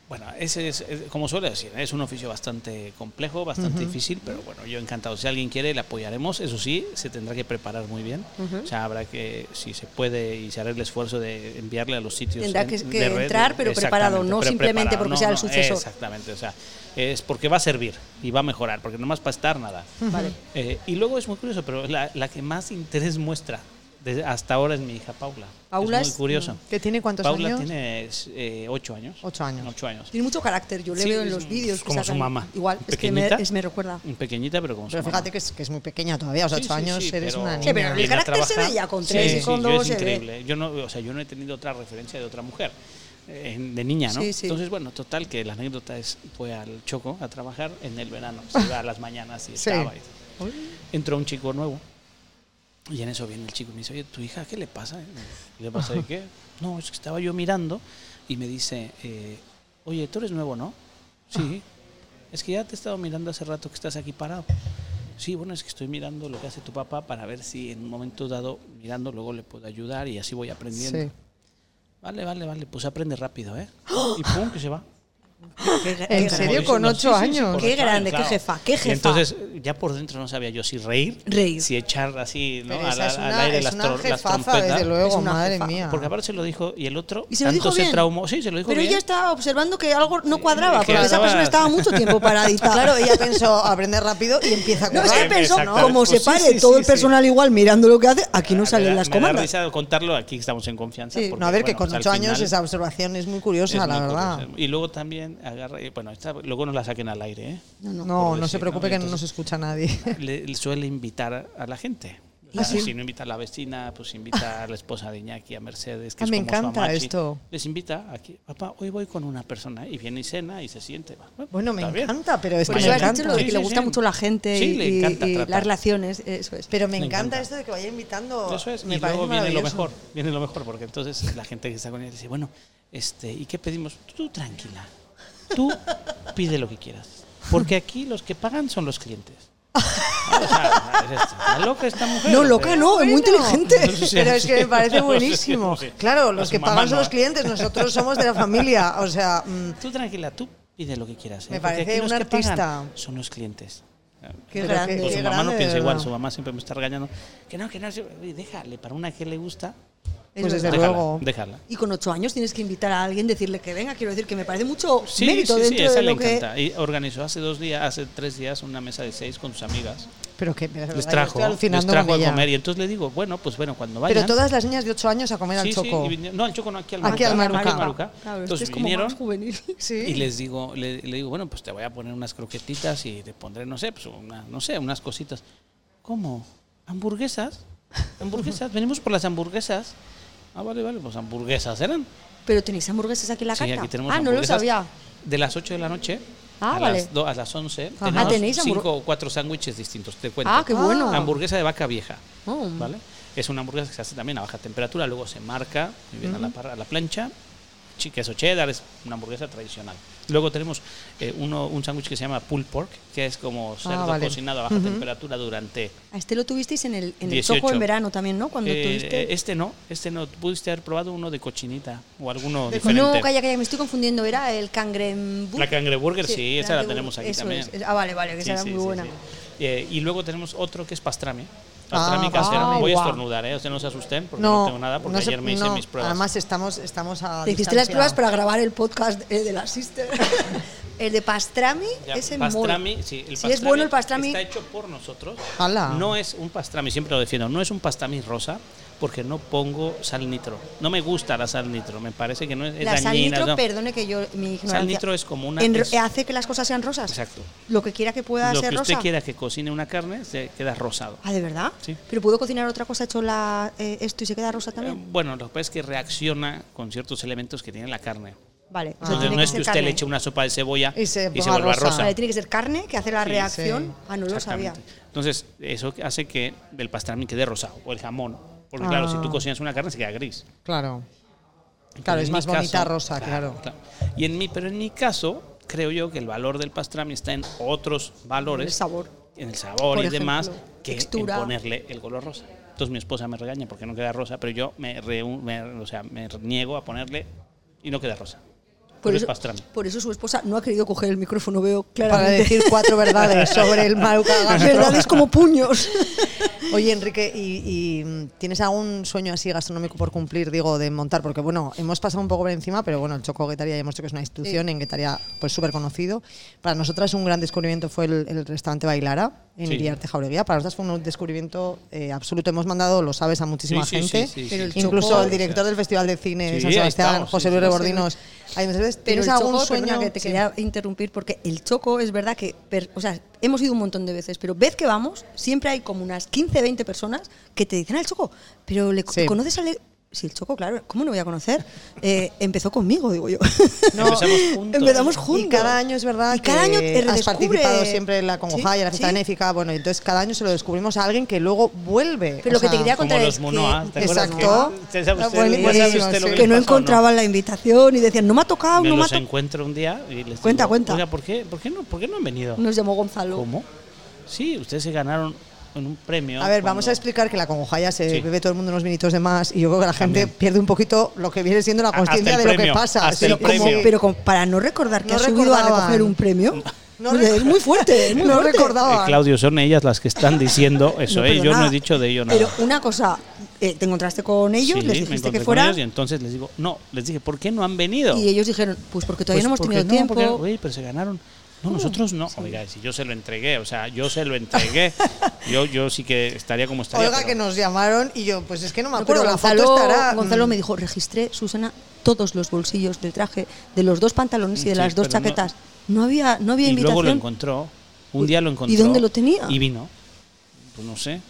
bueno, ese es, es- como suele decir, es un oficio bastante complejo, bastante difícil, pero bueno, yo encantado. Si alguien quiere, le apoyaremos. Eso sí, se tendrá que preparar muy bien. O sea, habrá que, si se puede y se hará el esfuerzo de enviarle a los sitios.
Tendrá
en-
que- que
de red,
entrar, pero
exactamente,
preparado, no simplemente porque sea el sucesor.
Exactamente, o sea, es porque va a servir y va a mejorar, porque nomás para estar nada.
Vale.
Eh, y luego es muy curioso, pero la, la que más interés muestra desde hasta ahora es mi hija Paula.
Paula
es
es-
muy curioso.
¿Que tiene cuántos
Paula
años?
tiene eh, ocho años.
Ocho años.
Ocho años.
Tiene mucho carácter, yo le
Sí,
veo en
es
los
un-
vídeos. que
como su
sacan.
mamá.
Igual, es que me,
Pequeñita.
es- me recuerda.
Pequeñita, pero como su
Pero
mamá.
fíjate que es, que es muy pequeña todavía, o sea,
Sí,
ocho
sí,
años
sí,
eres
pero-
una niña.
Sí, pero el
Viene a
carácter se
trabajar.
veía con tres y con
yo
dos
es
se ve.
increíble. Yo no, o sea, yo no he tenido otra referencia de otra mujer eh, de niña, ¿no?
Sí, sí.
Entonces, bueno, total que la anécdota es fue al Choco a trabajar en el verano, se iba a las mañanas y
Sí.
estaba. y- entró un chico nuevo. Y en eso viene el chico y me dice, oye, ¿tu hija qué le pasa? Y le pasa de qué? No, es que estaba yo mirando y me dice, eh, oye, tú eres nuevo, ¿no? Sí.
Ah.
Es que ya te he estado mirando hace rato que estás aquí parado. Sí, bueno, es que estoy mirando lo que hace tu papá para ver si en un momento dado, mirando, luego le puedo ayudar y así voy aprendiendo.
Sí.
Vale, vale, vale, pues aprende rápido, ¿eh? Y pum, que se va.
¿En
Qué
serio?
grande.
Con ocho años.
con
Qué
ocho
grande, qué jefa, qué
Y
jefa.
entonces, ya por dentro no sabía yo si reír,
Reír.
si echar así ¿no?
Pero
al,
esa es
al
una,
aire
es
las,
una
tro- las
jefaza,
trompetas.
desde luego,
Es una
madre
jefaza.
mía.
Porque aparte se lo dijo y el otro
Y se lo
tanto
dijo
se
bien.
traumó. Sí, se lo dijo
Pero
bien.
ella estaba observando que algo no cuadraba,
que
porque esa
estaba-
persona estaba mucho tiempo paradita.
Claro, ella pensó aprender rápido y empieza a
No,
correr.
es que pensó,
Exactamente.
como se
Pues sí,
pare
sí,
todo
sí,
el
sí.
personal igual mirando lo que hace, aquí
Ah, Me
no salen
da-
las
Me da
comandas.
risa contarlo, aquí estamos en confianza.
Sí.
porque,
no, a ver, que
bueno,
con
pues, al
ocho años
final-
esa observación es muy curiosa, la
es muy
verdad.
curioso. Y luego también agarra, y, bueno, esta- luego no la saquen al aire, ¿eh?
No, no.
No,
Por
no se
decir,
preocupe
¿no?
que no
Entonces-
nos escucha nadie.
le, le suele invitar a la gente. O
Ah,
sea, Si no invita a la vecina, pues invita a la esposa de Iñaki, a Mercedes, que
Ah,
es
me
como su
encanta
amachi.
esto.
Les invita aquí, papá, hoy voy con una persona y viene y cena y se siente. va.
Bueno, me
está bien. Pues
encanta, pero es
Por Pues
que
eso
me
has dicho
encanta.
lo de que
Sí,
le
sí,
gusta
sí.
mucho la gente
Sí,
y-
le encanta
y, y las
tratar.
relaciones, eso es.
Pero me,
Me
encanta,
encanta.
esto de que vaya invitando.
Eso es.
Me
y
parece
luego viene lo
maravilloso.
mejor, viene lo mejor, porque entonces la gente que está con él dice, bueno, este, ¿y qué pedimos? Tú tranquila, tú pide lo que quieras, porque aquí los que pagan son los clientes. O sea, es esto, está loca esta mujer.
No,
o sea,
loca no, es muy
Bueno.
inteligente.
Sí,
Pero es que me parece
sí,
buenísimo.
sí, sí.
Claro,
A
los
su
que
mamá
pagan son
no,
los
¿eh?
clientes, nosotros somos de la familia. O sea, mm,
Tú tranquila, tú pide lo que quieras. ¿eh?
Me
Porque
parece
aquí los
un
que pagan
artista.
Son los clientes.
qué
Pero
grande.
que-
Pues
qué
su mamá no
grande,
piensa
de
igual,
verdad.
su mamá siempre me está regañando. Que no, que no, oye, déjale, para una que le gusta,
Pues desde
déjala,
luego.
déjala.
Y con ocho años tienes que invitar a alguien, decirle que venga. Quiero decir que me parece mucho
Sí,
mérito
sí, sí,
dentro
esa
de
le
lo que.
encanta. Y organizó hace dos días, hace tres días, una mesa de seis con sus amigas.
Pero que de verdad,
les
yo
trajo,
estoy alucinando
les trajo
con
a
ella.
comer. Y entonces le digo, bueno, pues bueno, cuando vayan.
Pero todas las niñas de 8 años a comer
Sí,
al
sí,
choco.
y vinieron- no, al Choco no, aquí al
Aquí al Maruca.
Claro, es que es
Entonces
como
vinieron
más juvenil.
Sí.
y les digo, le, le digo, bueno, pues te voy a poner unas croquetitas y te pondré, no sé, pues una- no sé, unas cositas. ¿Cómo? ¿Hamburguesas? ¿Hamburguesas? Venimos por las hamburguesas. Ah, vale, vale, pues hamburguesas eran.
Pero tenéis hamburguesas aquí en la
Sí,
carta.
aquí tenemos
ah, no lo
hamburguesas
sabía.
De las 8 de la noche
Ah,
a,
vale.
las do- a las 11
Ajá.
tenemos
Ah, tenéis hamburg-
5 o 4 sándwiches distintos, te cuento.
Ah, qué bueno.
Hamburguesa de vaca vieja,
Oh.
¿vale? Es una hamburguesa que se hace también a baja temperatura, luego se marca, muy bien a, la, par- a la plancha, chi- queso cheddar, es una hamburguesa tradicional. Luego tenemos eh, uno, un sándwich que se llama pulled pork, que es como
Ah,
cerdo
vale.
cocinado a baja temperatura durante
A este lo tuvisteis en el, en el
18.
Soho en verano también, ¿no? Cuando
Eh,
tuviste.
Este no, este no. Pudiste haber probado uno de cochinita o alguno diferente.
no, calla, calla, me estoy confundiendo. Era el cangreburger.
La cangreburger, sí, esa la
cangreburger,
tenemos aquí
eso
también.
es. Ah, vale, vale, que
Sí,
esa era
sí,
muy
sí,
buena.
sí. Eh, y luego tenemos otro que es pastrami.
Ah,
Pastrami casero.
wow.
Voy a
Wow.
estornudar, ¿eh? O sea, no se asusten porque no, tengo nada, porque
no se-
ayer me hice
no.
mis pruebas.
Además, estamos, estamos a.
Te hiciste las
distancia.
pruebas para grabar el podcast eh, de la sister. El de pastrami,
Ya,
ese
pastrami,
mola.
sí, el
Si
pastrami
es bueno el pastrami,
Está hecho por nosotros.
Ala.
No es un pastrami, siempre lo defiendo, no es un pastrami rosa porque no pongo sal nitro. No me gusta la sal nitro, me parece que no es, es
la sal
dañina.
nitro,
no.
perdone que yo mi ignorancia.
nitro es como una-
Enro-
es-
hace que las cosas sean rosas.
Exacto.
Lo que quiera que pueda
Lo
ser
que usted
rosa.
quiera que cocine una carne se queda rosado.
Ah, de verdad.
Sí.
Pero puedo cocinar otra cosa hecho la eh, esto y se queda rosa
Eh,
también.
Bueno, lo que pasa es que reacciona con ciertos elementos que tiene la carne.
Vale. o sea,
Entonces,
Ah. tiene
no es que
ser
usted
carne.
le eche una sopa de cebolla
Y
y
se
se,
ponga
vuelva
rosa.
rosa.
Vale, tiene que ser carne que hace la
Sí,
reacción.
sí.
Ah, no lo sabía.
Exactamente. Entonces, eso hace que el pastrami quede rosado o el jamón. Porque, claro,
Ah.
si tú cocinas una carne se queda gris.
Claro.
Pero
Claro,
en
es
mi
más bonita rosa, claro.
Y en mi, pero en mi caso, creo yo que el valor del pastrami está en otros valores.
El sabor.
En el sabor
Por
y demás,
ejemplo,
que
textura.
en ponerle el color rosa. Entonces mi esposa me regaña porque no queda rosa, pero yo me, reu- me- o sea, me niego a ponerle y no queda rosa.
Por
Pero es
eso,
pastrami.
por eso su esposa no ha querido coger el micrófono, veo claramente.
Para decir cuatro verdades sobre el
Las
Maruca
verdades como puños.
Oye, Enrique, ¿y, y, mm, tienes algún sueño así gastronómico por cumplir, digo, de montar? Porque, bueno, hemos pasado un poco por encima, pero bueno, el Choco Guetaria ya hemos dicho que es una institución en Guetaria, pues súper conocido. Para nosotras un gran descubrimiento fue el, el restaurante Bailara en
Sí.
Iriarte Jaureguía. Para nosotras fue un descubrimiento eh, absoluto. Hemos mandado, lo sabes, a muchísima
Sí, sí,
gente.
sí, sí, sí,
Pero sí. el
Incluso
Choco-
el director del Festival de Cine de
Sí,
San
ahí
Sebastián,
estamos,
José
sí,
Luis
sí.
Rebordinos. Hay muchas veces,
Pero
¿Tienes
el
algún
choco,
sueño
perdona que te
Sí.
quería interrumpir porque el choco es verdad que, per- o sea, hemos ido un montón de veces, pero vez que vamos, siempre hay como unas 15, 20 personas que te dicen al choco, pero le co-
Sí.
conoces al Sí, el choco, claro, ¿cómo no voy a conocer? Eh, empezó conmigo, digo yo.
No. Empezamos juntos.
Empezamos
Y
juntos.
Y cada año es verdad
Y cada
que
año te
has
redescubre-
participado siempre en la Congojaya,
Sí,
la fiesta
sí.
benéfica, bueno, y entonces cada año se lo descubrimos a alguien que luego vuelve.
Pero
o
lo que te
sea,
quería
Como
contar es
los monoas,
que,
¿te acuerdas?
Exacto.
Que, ya sabe
Ah,
usted- Pues ya sabe
buenísimo,
usted lo
sí.
que
que
le
no
pasó,
encontraban la invitación y decían, no me ha tocado,
Me
no me ha
los
tocado.
encuentro un día y les
Cuenta,
digo,
cuenta.
Oiga, ¿por qué, por, qué no, ¿por qué no han venido?
Nos llamó Gonzalo.
¿Cómo? Sí, ustedes se ganaron en un premio.
A ver, vamos
cuando-
a explicar que la Congojaya se
Sí.
bebe todo el mundo unos vinitos de más y yo creo que la gente pierde un poquito lo que viene siendo la
Hasta el
conciencia de lo que
premio,
pasa.
hasta
Sí,
el
como-
Como-
premio.
pero como para no recordar que
No
ha subido a
recordaban.
recoger un premio.
No
Oye, es muy fuerte, es muy
No
fuerte.
Eh,
recordaba.
Claudio, son ellas las que están diciendo eso, ¿eh? Yo no
perdona,
he dicho de ello nada.
Pero una cosa, eh, te encontraste con ellos,
Sí,
les
me
dijiste
encontré
que
con
fuera
ellos y entonces les digo, no, les dije, ¿por qué no han venido?
y ellos dijeron, pues porque
Pues
todavía no hemos
porque
tenido tiempo.
porque, oye, pero se ganaron. No, nosotros no. Oiga, si yo se lo entregué, o sea, yo se lo entregué. yo, yo sí que estaría como estaría.
Olga
pero-
que nos llamaron y yo, pues es que no me
No,
acuerdo,
pero
la
Gonzalo,
foto estará. mm,
Gonzalo me dijo, registré, Susana, todos los bolsillos del traje, de los dos pantalones y de
Sí,
las dos
pero no-
chaquetas. No, había, no había
y
invitación.
luego lo encontró. Un día lo encontró.
¿Y dónde lo tenía?
Y vino. Pues no sé.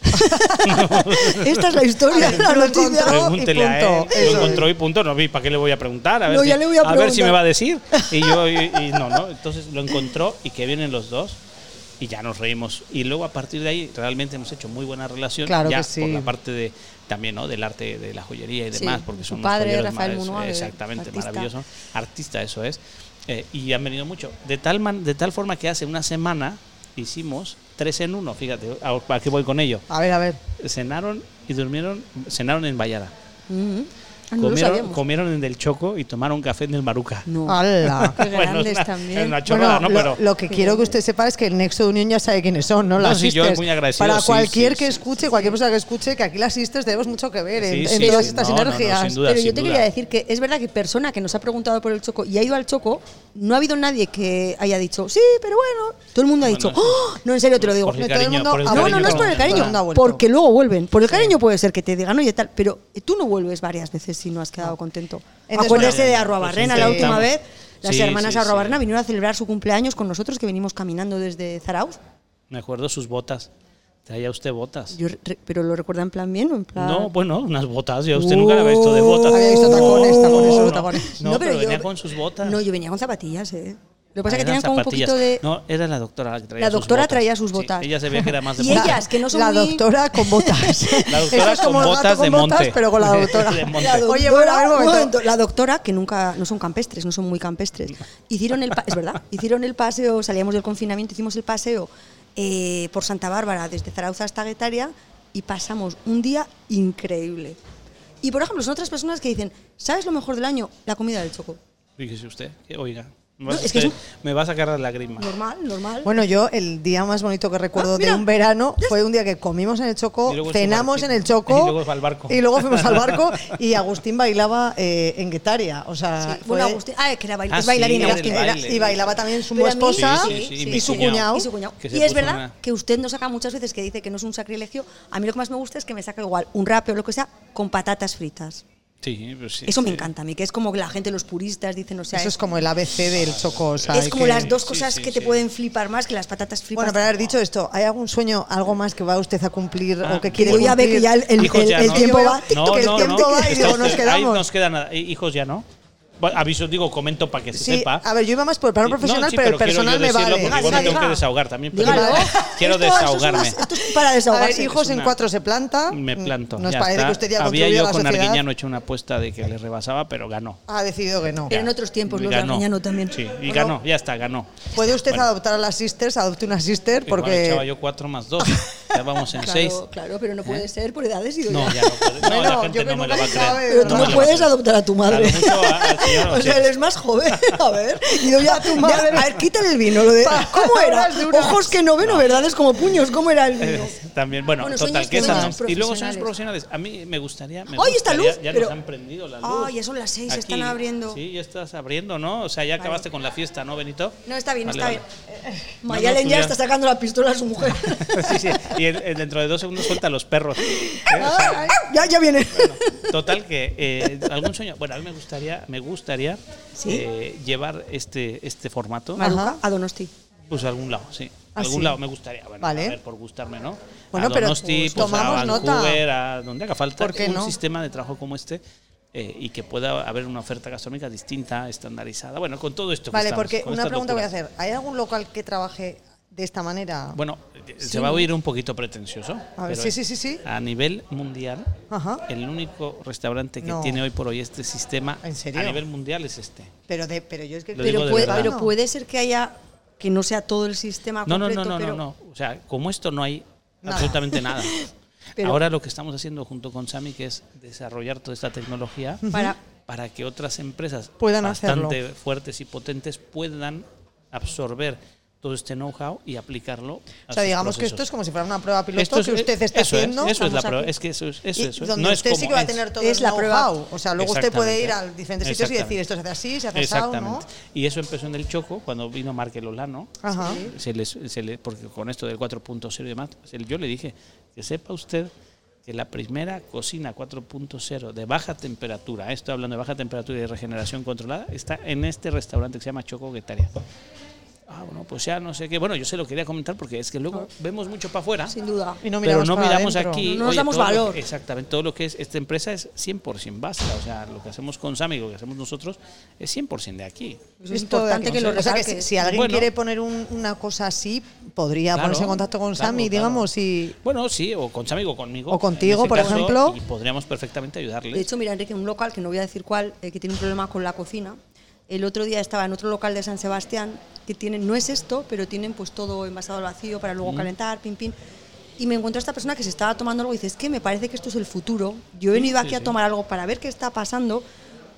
Esta es la historia de la
Lo
noticia.
encontró. y
Pregúntele a él.
punto. Eso es.
Lo encontró y punto. No vi, ¿para qué le voy a preguntar? A ver,
No,
si,
ya le voy a
ver si
preguntar.
me va a decir. Y yo, y, y no, no. Entonces lo encontró y que vienen los dos. Y ya nos reímos. Y luego a partir de ahí realmente hemos hecho muy buena relación.
Claro
ya
que sí.
Por la parte de, también ¿no? del arte de la joyería y
Sí,
demás. porque
su
son unos
padre,
joyeros
Rafael
maravillosos,
Munoz,
Exactamente,
artista.
maravilloso. Artista, eso es. Eh, y han venido mucho. De tal, man, de tal forma que hace una semana hicimos tres en uno. Fíjate, ¿a a qué voy con ello?
A ver, a ver.
Cenaron y durmieron, cenaron en Vallara.
Mm. Ah, no lo
Comieron,
sabíamos.
comieron en el Choco y tomaron café en el Maruca.
No.
¡Hala!
Qué
Bueno, es
grandes
una-
también.
es una
Bueno,
chorrada, ¿no?
lo,
Pero
lo que quiero que usted sepa es que el Nexo de Unión ya sabe quiénes son, ¿no?
No,
Las
sí, yo
sisters.
muy agradecido,
Para
sí,
cualquier
sí,
que
sí,
escuche, cualquier persona que escuche, que aquí las sisters tenemos mucho que ver en,
Sí,
en
sí,
todas
sí,
estas
no, no, no,
sinergias.
sin duda,
Pero yo
sin
te
duda.
quería decir que es verdad que persona que nos ha preguntado por el choco y ha ido al choco, no ha habido nadie que haya dicho, sí, pero bueno. Todo el mundo ha dicho,
Bueno, sí.
"¡Oh!". no, en serio te lo digo.
Por el
No,
todo el
cariño,
mundo-
por el
Ah,
no,
cariño.
no, no es por el
todo el
cariño,
mundo ha vuelto.
porque luego vuelven. Por el cariño puede ser que te digan, oye, tal, pero eh, tú no vuelves varias veces si no has quedado contento.
Entonces,
Acuérdese
bueno,
de
pues
Arruabarrena la
intentamos.
última vez. Las
Sí,
hermanas
sí,
Arruabarrena
sí.
vinieron a celebrar su cumpleaños con nosotros, que venimos caminando desde Zarauz.
Me acuerdo sus botas. Traía usted botas.
Yo re- pero lo recuerda en plan bien o en plan.
No, bueno, unas botas. Yo a usted nunca la había visto de botas.
Había visto tacones,
No,
tacones,
no,
solo
no.
tacones.
No, pero venía con sus botas.
No, yo venía con zapatillas, ¿eh? Lo que pasa es que
pues-
tenían
Eran
como un
zapatillas.
poquito de.
No, era la doctora la que traía
La
sus
doctora
botas.
traía sus
Sí,
botas.
ella se veía que era más de
Y
botas.
ellas, que no son
la
muy-
doctora con botas.
La doctora
Eso es como
con
el gato
botas
con
de
botas,
monte.
pero con la doctora.
De monte.
La
Oye, bueno, a ver,
doctora-
un momento.
momento, la doctora, que nunca no son campestres, no son muy campestres, hicieron el, pa- es verdad, hicieron el paseo, salíamos del confinamiento, hicimos el paseo eh, por Santa Bárbara, desde Zaragoza hasta Guetaria, y pasamos un día increíble. Y por ejemplo, son otras personas que dicen, ¿sabes lo mejor del año? La comida del choco.
Fíjese usted, que, oiga. Me, vas
No,
a
es que es
hacer- me va a sacar la lágrima.
Normal, normal.
Bueno, yo el día más bonito que recuerdo
Ah,
de
mira.
un verano fue un día que comimos en el Choco,
Y luego en su
cenamos
barquito.
en el Choco
Y luego al barco.
y luego fuimos al barco y Agustín bailaba eh, en Guetaria, o sea,
Sí,
fue-
bueno, Agustín. Ah, que era bail-
Ah,
es
sí,
bailarina.
era
era-
Agustín.
del
era-
baile.
y bailaba también su
Pero a mí-
esposa
Sí, sí, sí,
y
mi
su
cuñado.
cuñado.
Y su cuñado.
que se
Y es
puso
verdad
una-
que usted nos saca muchas veces que dice que no es un sacrilegio. A mí lo que más me gusta es que me saca igual un rape o lo que sea con patatas fritas.
Sí, pues sí,
Eso me
sí.
encanta a mí, que es como la gente, los puristas, dicen, o sea,
Eso es como el ABC del Choco, o sea,
es
hay
como
que-
las dos
sí,
cosas
sí,
que te
sí.
pueden flipar más que las patatas fritas.
Bueno, para haber dicho esto, ¿hay algún sueño, algo más que va usted a cumplir
Ah,
o que quiere
Yo ya ve
cumplir?
que ya el, el-
Hijos
el-
ya
el
no.
tiempo va.
Yo
No,
que el
no,
tiempo
no.
va y luego nos
Ahí
quedamos.
nos queda nada. Eh, Hijos ya no. Bueno, Aviso, digo, comento para que se
Sí,
sepa.
a ver, yo iba más por el plano
Sí, no,
profesional,
sí,
pero el
pero quiero yo
personal me
decirlo
vale.
porque
Diga,
vos me Ah,
diga,
tengo que
diga.
desahogar también. pero
Dígalo. Esto- esto es
Quiero
una-
desahogarme.
Esto es para
A
desahogarse.
ver, hijos
es
en
una-
cuatro se planta.
Me planto.
Nos
ya
parece
está.
que usted ya
Había
contribuyó a
yo
la
con
sociedad.
Arguiñano hecho una apuesta de que le rebasaba, pero ganó.
Ha decidido que no.
Pero en otros tiempos, los de
Ganó.
Arguiñano también.
Sí, y
Bueno,
ganó, ya está, ganó.
Puede usted
Bueno.
adoptar a las sisters, adopte una sister,
Igual echaba
porque.
yo 4 más 2. Ya vamos en
Claro,
6.
claro,
¿Eh?
pero no puede ser por edades y
No, ya no puede. No,
Bueno,
la
yo
gente
que
no me
nunca
lo va a
se
creer.
sabe,
Pero
No ah,
tú
me
no
lo
puedes adoptar a tu madre.
A lo mucho a- al
o
señor
sea,
Ocheta.
eres más joven. A ver, Idoia, a tu madre. A ver, quítale el vino. Lo de, ¿Cómo era?
Palabras duras. Eh,
Ojos que no ven o verdades como puños. ¿Cómo era el vino?
También, bueno,
Bueno,
total,
sueños
que esas
profesionales.
no. Y luego sueños profesionales. A mí me gustaría. Me
¡Ay, esta
gustaría-
luz!
Ya
Pero-
nos han prendido la luz.
Ah, ya son las seis, se están abriendo.
Sí, ya estás abriendo, ¿no? O sea, ya acabaste con la fiesta, ¿no, Benito?
No, está bien,
Vale,
está
vale.
bien.
No,
Mayalen
no,
ya
tú
está sacando la pistola a su mujer.
sí, sí. Y el- el dentro de dos segundos suelta a los perros. ¿eh? O
Ah,
sea,
ya, ya viene.
Total que eh, algún sueño. Bueno, a mí me gustaría, me gustaría
¿Sí?
eh, llevar este este formato.
Maruja, a Donosti.
Pues a algún lado, sí. A
Ah,
algún
sí.
lado me gustaría. Bueno,
Vale.
a ver, por gustarme, ¿no?
Bueno,
a
pero
Donosti,
pues,
pues,
tomamos
a
nota.
Vancouver, a donde haga falta
¿Por qué
un
no?
sistema de trabajo como este. eh, y que pueda haber una oferta gastronómica distinta, estandarizada. Bueno, con todo esto. que
Vale,
estamos,
porque
con
una
estas
pregunta voy a
locuras.
hacer. ¿Hay algún local que trabaje de esta manera?
Bueno, eh, se va a oír un poquito pretencioso.
A ver,
pero
sí,
es-
sí, sí, sí.
A nivel mundial,
Ajá.
el único restaurante que
No.
tiene hoy por hoy este sistema
¿En serio?
a nivel mundial es este.
Pero, de, pero yo es que.
Lo digo
Pero
de
puede,
verdad. Ah,
pero
No.
puede ser que haya que no sea todo el sistema
No, no,
completo.
no, no,
pero
no, no. O sea, como esto no hay
Nada.
absolutamente nada.
Pero-
Ahora lo que estamos haciendo junto con Sami que es desarrollar toda esta tecnología
Para,
para que otras empresas
Puedan
bastante fuertes y potentes puedan absorber todo este know-how y aplicarlo. a
O sea,
sus
digamos que esto
procesos.
es como si fuera una prueba piloto
Esto es- e, eh,
que usted está
eso es,
haciendo.
eso es la
estamos
prueba.
aquí.
Es que eso es. Eso,
y
eso es.
donde
No es
usted sí
como
que va a
es.
tener todo
Es
el
la prueba.
know-how. O sea, luego usted puede ir a
Exactamente.
diferentes sitios y decir
Exactamente.
esto se hace así, se hace así, ¿no?
Exactamente. Y eso empezó en el Choco cuando vino Markel Olano.
Ajá.
Se les, se le- porque con esto del 4.0 y demás, se- yo le dije que sepa usted que la primera cocina 4.0 de baja temperatura, estoy hablando de baja temperatura y de regeneración controlada, está en este restaurante que se llama Choco Guetaria. Ah, bueno, pues ya no sé qué. Bueno, yo se lo quería comentar porque es que luego vemos mucho para afuera.
sin duda.
Y no
Pero
miramos,
no
para
miramos
adentro.
aquí.
Ah. No nos damos
todo lo
valor.
que- exactamente, todo lo que es. Esta empresa es 100% vasca. O sea, lo que hacemos con Sami, lo que hacemos nosotros, es 100% de aquí.
Eso es
Esto de
importante
aquí.
que lo
O sea, que si,
recalques.
si alguien
Bueno.
quiere poner un- una cosa así, podría
Claro,
ponerse en contacto con
claro,
Sammy,
claro.
digamos, y.
Bueno, sí, o con Sami o conmigo.
O contigo,
en ese
por ejemplo.
Y podríamos perfectamente ayudarle.
De hecho, mira, Enrique, un local, que no voy a decir cuál, eh, que tiene un problema con la cocina. El otro día estaba en otro local de San Sebastián que tienen, no es esto, pero tienen pues todo envasado al vacío para
Mm.
luego calentar, pim, pim. Y me encuentro a esta persona que se estaba tomando algo y dice, es que me parece que esto es el futuro. Yo he venido
sí,
aquí a
sí.
tomar algo para ver qué está pasando.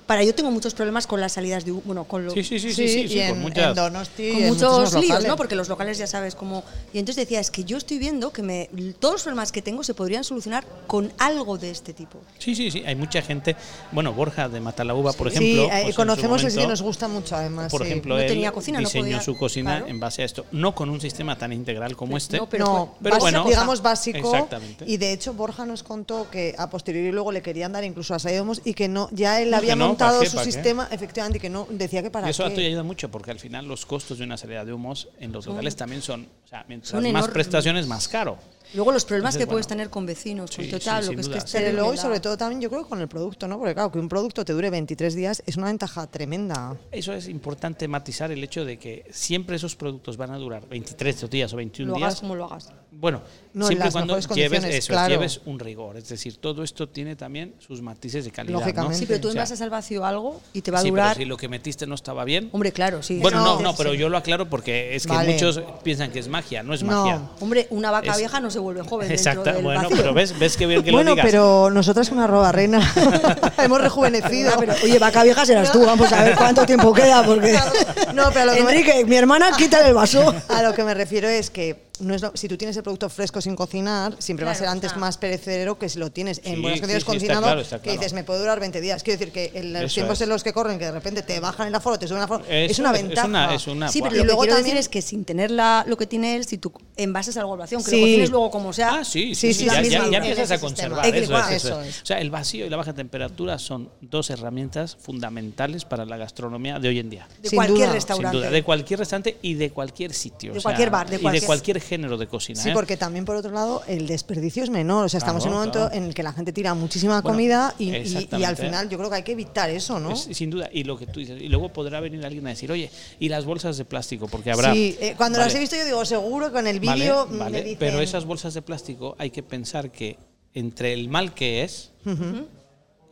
Para yo tengo muchos problemas con las salidas de... hu- Bueno, con lo,
sí, sí, sí, sí, sí,
y
sí,
en,
con muchas.
en Donosti,
con
en
muchos
muchísimos
líos,
locales.
¿no? Porque los locales ya sabes cómo. Y entonces decía, es que yo estoy viendo que me, todos los problemas que tengo se podrían solucionar con algo de este tipo.
Sí, sí, sí. Hay mucha gente. Bueno, Borja de Matalauba, por
Sí,
ejemplo.
eh,
pues, en su
conocemos el
momento-
sitio, nos gusta mucho además.
Por
sí.
ejemplo,
No
él
tenía cocina, no
diseñó
podía-
su cocina
claro.
en base a esto. No con un sistema tan integral como este.
no, pero-
no,
pero
básico,
bueno,
digamos básico.
Exactamente.
Y de hecho Borja nos contó que a posteriori luego le querían dar incluso a Saidemos y que no, ya él había
no, ¿pa'
montado
qué,
su
pa' qué?
sistema, efectivamente, y que no decía que para
Y eso a
qué.
ti ayuda mucho porque al final los costos de una salida de humos en los locales también son, o sea, mientras
Son
más
enormes.
prestaciones más caro.
Luego los problemas
Entonces,
que puedes
bueno.
tener con vecinos, con
Sí,
total, lo
sí, sin
que es que
duda,
es
sin
Pero
terrible,
luego y
la-
sobre todo también yo creo que con el producto, ¿no? Porque claro, que un producto te dure 23 días es una ventaja tremenda.
Eso es importante matizar el hecho de que siempre esos productos van a durar 23 días o 21
Lo hagas
días.
como lo hagas.
Bueno,
No, en
siempre y
las
cuando
mejores
lleves,
condiciones,
eso,
claro.
lleves un rigor. Es decir, todo esto tiene también sus matices de calidad. ¿no?
Lógicamente.
Sí, pero tú
O sea,
envasas al vacío algo y te va a
sí, pero
durar.
si lo que metiste no estaba bien.
Hombre, claro, sí.
bueno, no,
no,
no, pero yo lo aclaro porque es que
Vale.
muchos piensan que es magia, no es
No.
magia.
Hombre, una vaca
Es-
vieja no se se vuelve joven.
Exacto,
dentro del
bueno,
vacío.
pero ves, ves que bien que
bueno,
lo digas.
pero nosotras una roba reina. Hemos rejuvenecido.
Ah, pero, oye, vaca vieja serás tú, vamos a ver cuánto tiempo queda, porque...
No, pero a lo que me-
Enrique, mi hermana, quítale el vaso.
A lo que me refiero es que no es lo- si tú tienes el producto fresco sin cocinar, siempre va a
Claro,
ser antes
o
ah.
sea.
más perecedero que si lo tienes en
Sí,
buenas
sí,
condiciones
sí, está
cocinado,
claro, está
que
claro.
dices, me puede durar 20 días. Quiero decir que en los
Eso
tiempos
es.
en los que corren, que de repente te bajan el aforo, te suben el aforo,
Eso
es una
es- es
ventaja.
una- es una-
Sí, pero
Y
lo
luego
que quiero
también-
decir es que sin tener la- lo que tiene él, si tú envasas algo al vacío, aunque
Sí.
lo cocines luego como sea...
Ah, sí,
Sí,
sí,
sí,
sí,
la
ya,
misma
ya- ya
idea.
empiezas
En
a
ese
conservar.
sistema.
Eso, es,
Igual,
eso
eso
es.
es.
O sea, el vacío y la baja temperatura son dos herramientas fundamentales para la gastronomía de hoy en día.
De
Sin
cualquier
duda,
restaurante.
Sin duda, de cualquier restaurante y de cualquier sitio.
De
o sea,
cualquier bar, de
Y
cualquier-
de cualquier género de cocina.
Sí,
¿eh?
porque también por otro lado el desperdicio es menor. O sea, estamos en
Claro,
un momento
claro.
en el que la gente tira muchísima
Bueno,
comida y, y- y al
exactamente.
final yo creo que hay que evitar eso, ¿no?
Es- sin duda, y lo que tú dices. Y luego podrá venir alguien a decir, oye, ¿y las bolsas de plástico? Porque habrá.
Sí, eh, cuando las
Vale.
he visto yo digo, seguro con el
Vale,
vídeo mm,
vale,
me dicen,
pero esas bolsas de plástico hay que pensar que entre el mal que es,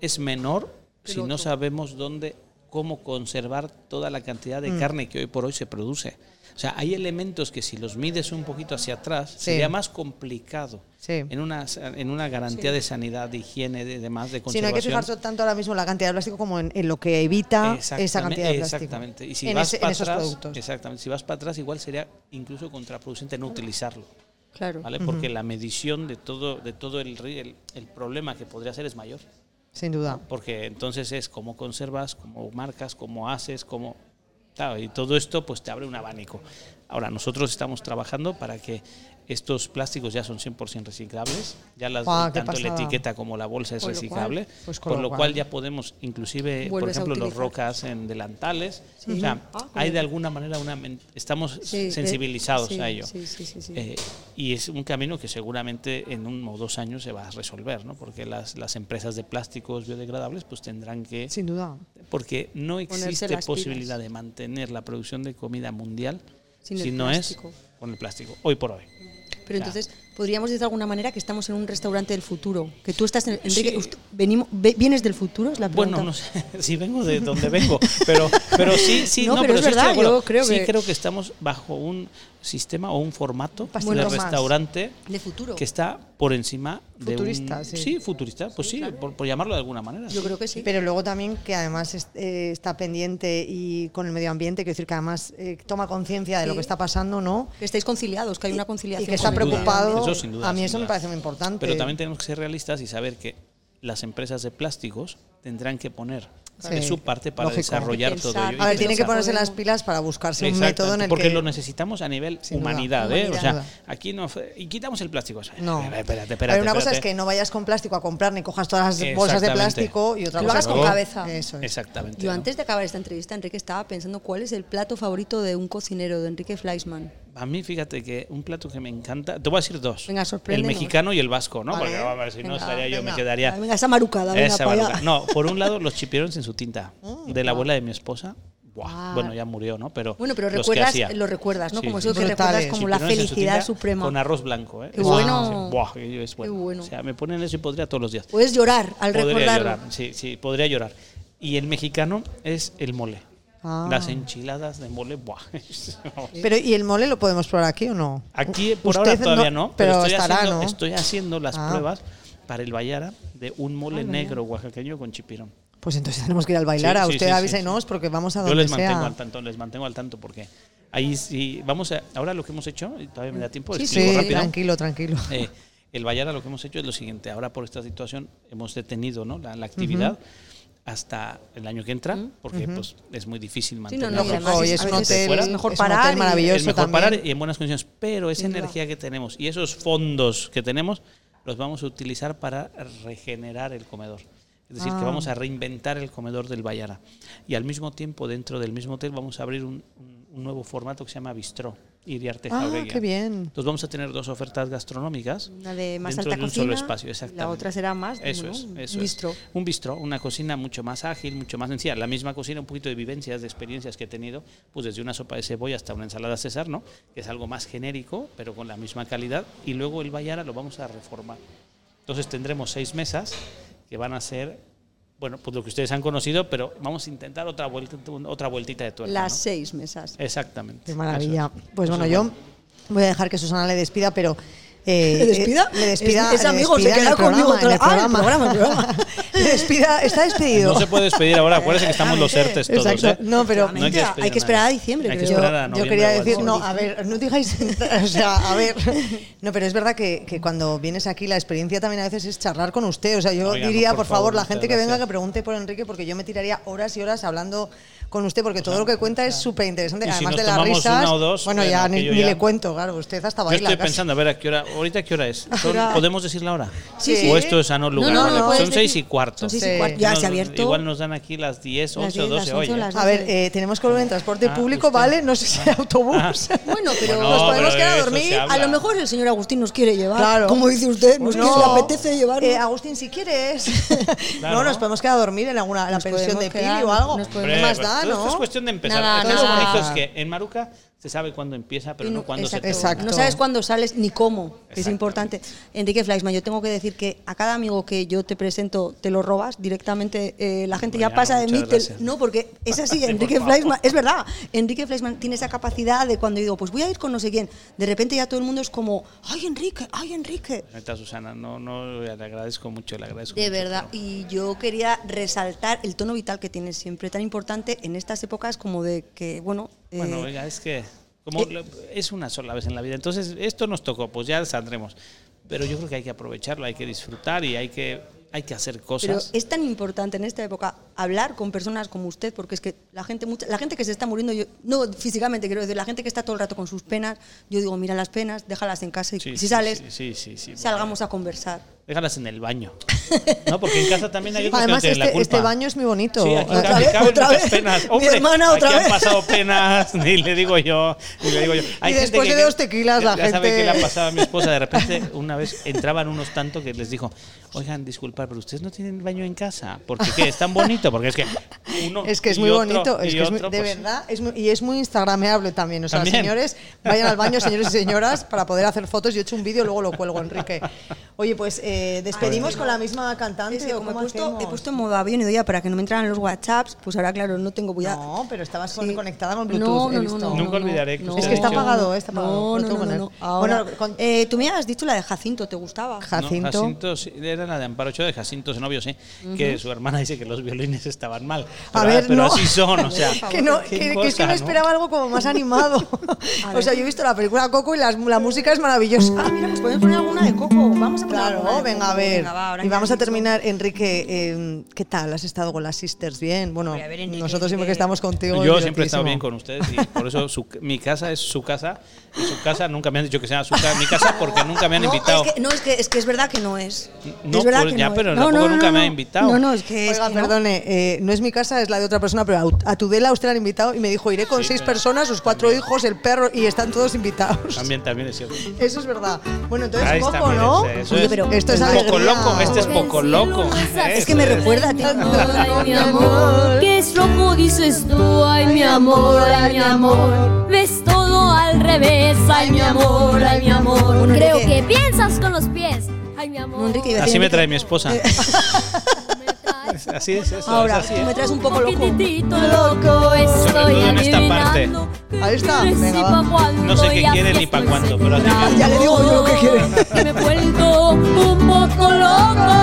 es menor si no sabemos dónde, cómo conservar toda la cantidad
Mm.
de carne que hoy por hoy se produce. O sea, hay elementos que si los mides un poquito hacia atrás, sería más complicado
Sí.
en, una, sa- en una garantía de sanidad, de higiene, de demás, de
Si no hay
conservación.
que fijarse tanto ahora mismo en la cantidad de plástico como en, en lo que evita esa
Exactamente,
cantidad de plástico.
Exactamente. Y si
en,
vas
ese- en
para
esos
atrás,
productos.
Exactamente. Si vas para atrás, igual sería incluso contraproducente no utilizarlo.
Claro.
¿vale? Porque la medición de todo, de todo el, ri- el, el problema que podría ser es mayor.
Sin duda.
Porque entonces es cómo conservas, cómo marcas, cómo haces, cómo... claro, y todo esto pues te abre un abanico. Ahora, nosotros estamos trabajando para que estos plásticos ya son 100% reciclables, ya las,
Guau, qué
tanto la
pasada.
etiqueta como la bolsa
Ah,
es
Con lo cual,
reciclable,
pues con
por
lo
lo
cual.
cual, ya podemos inclusive, por
Vuelves a
ejemplo, los
utilizar.
rocas en delantales, o sea,
Ah,
hay
joder.
de alguna manera una... men- estamos
Sí, eh,
sensibilizados
sí,
a ello.
sí, sí, sí, sí.
Eh, y es un camino que seguramente en uno o dos años se va a resolver, ¿no? Porque las, las empresas de plásticos biodegradables pues tendrán que...
Sin duda.
Porque no
Ponerse
existe
las pilas.
posibilidad de mantener la producción de comida mundial
Sin el
si no es
plástico.
con el plástico, hoy por hoy.
Pero
Ya.
entonces, podríamos decir de alguna manera que estamos en un restaurante del futuro. Que tú estás en. Enrique,
Sí.
ust- venimo- ve- ¿vienes del futuro? Es la pregunta.
Bueno, no sé si vengo de donde vengo, pero, pero sí, sí,
No,
no,
pero es
sí estoy de
verdad,
acuerdo.
yo creo
sí
que-
creo que estamos bajo un sistema o un formato
Pastel
de
más.
restaurante
De futuro.
que está por encima de un-
Futurista, sí.
futurista, pues sí, por, por llamarlo de alguna manera.
Yo creo que sí.
Pero luego también que además es- eh, está pendiente y con el medio ambiente, quiero decir que además eh, toma conciencia de lo
Sí.
que está pasando, ¿no?
que estáis conciliados, que hay una conciliación.
Y que está
con el medio
preocupado.
ambiente.
Eso sin duda,
a mí
sin
eso me
duda.
parece muy importante.
Pero también tenemos que ser realistas y saber que las empresas de plásticos tendrán que poner
Sí,
de su parte para
lógico.
desarrollar todo
Pensar.
ello. y
a ver, tiene
pensar.
que ponerse
Podemos-
las pilas para buscarse un
Exactamente,
método en el
porque
que
lo necesitamos a nivel
Sin duda,
humanidad, ¿eh?
humanidad.
O sea, aquí no fue- y quitamos el plástico. O sea,
No.
espérate, espérate,
A ver,
espérate,
una cosa es
espérate.
que no vayas con plástico a comprar ni cojas todas las bolsas de
Exactamente.
plástico y otra
Que lo
cosa
hagas
es-
con cabeza.
Eso es.
Exactamente.
Yo
¿no?
antes de acabar esta entrevista, Enrique estaba pensando cuál es el plato favorito de un cocinero, de Enrique Fleischmann.
A mí, fíjate que un plato que me encanta. Te voy a decir dos.
Venga,
El
sorpréndenos.
mexicano y el vasco, ¿no?
Vale.
Porque vamos, si no
Venga,
estaría yo,
venga.
me quedaría.
Venga, esa marucada, venga,
Esa
pa' allá.
barbaridad. No, por un lado, los chipirones en su tinta.
Mm,
de la abuela de mi esposa. Buah,
Ah.
Bueno, ya murió, ¿no? Pero
Bueno, pero
los que
recuerdas,
hacía.
lo recuerdas, ¿no?
Sí,
como
sí,
eso que
Brutales.
recuerdas como la
Chipirones en su
felicidad
tinta
suprema.
Con arroz blanco, ¿eh?
Qué
Eso,
bueno.
sí, Buah, que es bueno.
Qué bueno.
O sea, me ponen eso y podría todos los días.
Puedes llorar al
podría
recordarlo.
llorar, sí, sí, podría llorar. Y el mexicano es el mole.
Ah.
Las enchiladas de mole, buah.
Pero ¿y el mole lo podemos probar aquí o no?
Aquí por
Usted
ahora todavía no, pero, estoy,
estará,
haciendo,
¿no?
estoy haciendo las
Ah.
pruebas para el Vallara de un mole negro oaxaqueño con chipirón.
Pues entonces tenemos que ir al bailar.
Sí,
a
sí,
usted
sí,
avísenos
sí, sí.
porque vamos a
Yo
donde
les
sea.
mantengo al tanto, les mantengo al tanto porque ahí sí vamos a ahora lo que hemos hecho, y todavía me da tiempo,
sí,
explico
sí,
pues, rápido.
tranquilo, tranquilo.
Eh, el Vallara lo que hemos hecho es lo siguiente. Ahora por esta situación hemos detenido ¿no? la, la actividad hasta el año que entra, porque pues, es muy difícil
Sí, no,
mantener
no, y
Lógico,
además es-
y es,
a
un
veces
hotel,
fuera.
es
es mejor
un
parar
hotel
y-
maravilloso
es mejor
también.
parar y en buenas condiciones, pero esa energía que tenemos y esos fondos que tenemos los vamos a utilizar para regenerar el comedor. Es decir,
Ah.
que vamos a reinventar el comedor del Vallara. Y al mismo tiempo, dentro del mismo hotel, vamos a abrir un, un- un nuevo formato que se llama Bistró Iriarte
Ah,
Jaureguía.
qué bien.
Entonces vamos a tener dos ofertas gastronómicas
Una de más
dentro
alta
de un
cocina
solo
y
espacio.
la
Exactamente.
otra será más de
eso
un-
es,
un
eso es.
bistró.
Un bistró, una cocina mucho más ágil, mucho más sencilla. La misma cocina, un poquito de vivencias, de experiencias que he tenido, pues desde una sopa de cebolla hasta una ensalada César, ¿no? Que es algo más genérico, pero con la misma calidad. Y luego el Bayara lo vamos a reformar. Entonces tendremos seis mesas que van a ser, bueno, pues lo que ustedes han conocido, pero vamos a intentar otra, vuelta, otra vueltita de tuerca.
Las
¿no?
seis mesas.
Exactamente.
Qué
eso
maravilla.
es.
Pues
Eso
bueno,
es
yo voy a dejar que Susana le despida, pero eh,
¿Le despida?
le despida.
Es- es
le
amigo, se
despida en
queda
el programa,
conmigo todo-
en el
ah, en el
programa.
programa, en el programa.
Le despida, está despedido.
No se puede despedir ahora, acuérdense que estamos los
Exacto.
ERTES todos.
Exacto.
¿eh?
No, pero-
hay que despedir
Hay que
nadie.
esperar a diciembre,
Hay que
creo yo.
esperar a
Yo
noviembre
quería
o algo
decir,
así.
no, a ver, no digáis, o sea, a ver, no, pero es verdad que, que cuando vienes aquí la experiencia también a veces es charlar con usted, o sea, yo
Oiga, no,
diría,
por
por, favor,
favor,
la
muchas
gente que venga
gracias.
que pregunte por Enrique, porque yo me tiraría horas y horas hablando con usted, porque todo lo que cuenta es súper interesante,
Pues Y si
además
nos
de las
tomamos
risas,
una o dos,
bueno,
bueno,
ya
que
ni,
yo
ni
ya-
le cuento, claro, usted hasta
Yo
baila
estoy
casi.
pensando, a ver, ¿a qué hora? ¿Ahorita qué hora es? Son-
Ahora-
¿Podemos decir la hora?
Sí, sí.
O esto es a no lugar.
no,
vale.
no
pues Son
puedes
seis
decir.
y cuarto.
Son seis
Sí.
y cuarto. Ya
No,
se ha abierto.
Igual nos dan aquí las 10, 11 o
10, las
12
11 o
hoy. ¿eh?
las
A ver, eh, tenemos que volver en transporte
Ah,
público,
usted.
¿vale? No sé si hay autobús.
Ah.
Bueno, pero
Bueno,
nos
pero
podemos
de
quedar a
eso
dormir.
se habla.
A lo mejor el señor Agustín nos quiere llevar.
Claro.
Como dice usted, nos
No.
quiere- le apetece llevar.
Eh, Agustín, si quieres.
Claro.
No, nos podemos quedar a dormir en alguna en la
Nos
pensión
podemos
de Pili
quedar,
o algo.
nos podemos-
Hombre,
¿Qué más
pues,
da,
todo esto
no?
es cuestión de empezar.
Nada,
Esto es lo
nada.
bonito es que en Maruca se sabe cuándo empieza, pero no cuándo se
exacto.
termina.
Exacto.
No sabes cuándo sales ni cómo, que es
Exactamente.
importante. Enrique Flaixman, yo tengo que decir que a cada amigo que yo te presento te lo robas directamente. eh, la gente
Bueno,
ya pasa de
muchas
mí. te-
gracias.
no, porque es así,
Sí, por
Enrique
favor.
Flaixman, es verdad. Enrique Flaixman tiene esa capacidad de cuando digo, pues voy a ir con no sé quién, de repente ya todo el mundo es como, ay Enrique, ay Enrique.
Neta, Susana, no, no, le agradezco mucho, le agradezco
De
mucho,
verdad,
pero-
y yo quería resaltar el tono vital que tienes siempre, tan importante en estas épocas como de que, bueno, eh,
Bueno, venga, es que como lo- es una sola vez en la vida, entonces esto nos tocó, pues ya saldremos. Pero yo creo que hay que aprovecharlo, hay que disfrutar y hay que, hay que hacer
Pero
cosas.
es tan importante en esta época hablar con personas como usted, porque es que la gente, mucha- la gente que se está muriendo, yo- no físicamente quiero decir, la gente que está todo el rato con sus penas, yo digo, mira las penas, déjalas en casa y
Sí,
si
sí,
sales,
sí, sí, sí, sí,
salgamos a conversar.
Déjalas en el baño. No, porque en casa también hay otros que no
Además,
tienen la
este,
culpa.
este baño es muy bonito.
Sí, aquí
Eh,
caben,
vez,
caben
otra
muchas
vez.
penas.
Mi
Hombre,
hermana, otra
aquí han
vez.
pasado penas, ni le digo yo, ni le digo yo.
Y después de dos tequilas, la
ya sabe
gente-
qué le ha pasado a mi esposa. De repente, una vez entraban unos tanto que les dijo, oigan, disculpad, pero ustedes no tienen baño en casa. Porque qué, es tan bonito, porque es que uno
Es que es
y
muy
otro
bonito, es
y
que es muy-
otro,
de
pues,
verdad, es muy- y es muy instagrameable también. O sea,
También.
señores, vayan al baño, señores y señoras, para poder hacer fotos. Yo he hecho un vídeo, luego lo cuelgo, Enrique. Oye, pues eh, despedimos con la misma cantante.
Es que
o
como he
cómo
puesto,
hacemos?
he puesto en modo avión y doy ya para que no me entraran los WhatsApps, pues ahora claro, no tengo voy a-
No, pero estabas con-
Sí.
conectada con
No,
Bluetooth.
no,
he
no,
visto.
no,
Nunca olvidaré que
no,
usted
Es que está
ha dicho-
apagado, eh, está apagado.
No,
lo
no,
tengo
no,
que
no,
poner.
no. Ahora,
Bueno, con-
eh, tú me has dicho la de Jacinto, ¿te gustaba?
Ja- Jacinto.
No, sí, era la de Amparo Ochoa, de Jacinto Zenobio, sí. Que su hermana dice que los violines estaban mal. Pero,
A ver,
pero
no.
así son, o sea.
que no,
qué
que, que es
cosa,
que no
¿no?
esperaba algo como más animado.
A
o sea,
ver.
yo he visto la película Coco y la, la música es maravillosa.
Ah, mira, pues podemos poner alguna de Coco. Vamos a poner alguna
Claro,
¿eh?
de
venga a
Coco.
ver.
Venga, va, ahora
y
que
vamos
has
a
dicho-
terminar, Enrique. eh, ¿Qué tal? ¿Has estado con las sisters bien? Bueno,
Hombre, a ver, Enrique,
nosotros siempre
que-
que estamos contigo.
Yo
es
siempre he
divertidísimo.
estado bien con ustedes y por eso su- mi casa es su casa y su casa nunca me han dicho que sea su casa, mi casa porque nunca me han
no,
invitado.
Es que, no, es que, es que es verdad que no es.
No,
es verdad
pues
que
ya,
no
pero
es.
tampoco nunca me ha invitado.
No, no, es que. es
Oiga,
que no.
perdone, eh, no es mi casa, es la de otra persona, pero a, a Tudela usted la han invitado y me dijo, iré con
Sí,
seis
pero
personas, sus cuatro hijos, el perro, y están todos invitados.
También, también es cierto.
Eso es verdad. Bueno, entonces,
Ahí
Coco,
también
¿no?
es, eso
Oye,
es.
pero-
Esto es
poco
alegría.
loco, este es poco loco.
Es que me
Eso
recuerda a ti.
Ay, mi amor, ¿qué es loco dices tú? Ay, mi amor, ay, mi amor. Ves todo al revés, ay, mi amor, ay, mi amor.
Bueno,
Creo
Enrique.
que piensas con los pies, ay, mi amor.
No, Enrique, iba a
Así
decir,
me
Enrique,
trae mi esposa.
Me traes
Así es eso,
Ahora,
es así.
tú me traes un poco loco.
poquitito loco, estoy
todo en esta
adivinando
Ahí está,
que
venga, va.
pa' cuándo
No sé qué
y así
quiere ni pa'
estoy
cuándo, pero así
segura
me-
Ya le digo yo lo que quiere.
que me he vuelto un poco loco.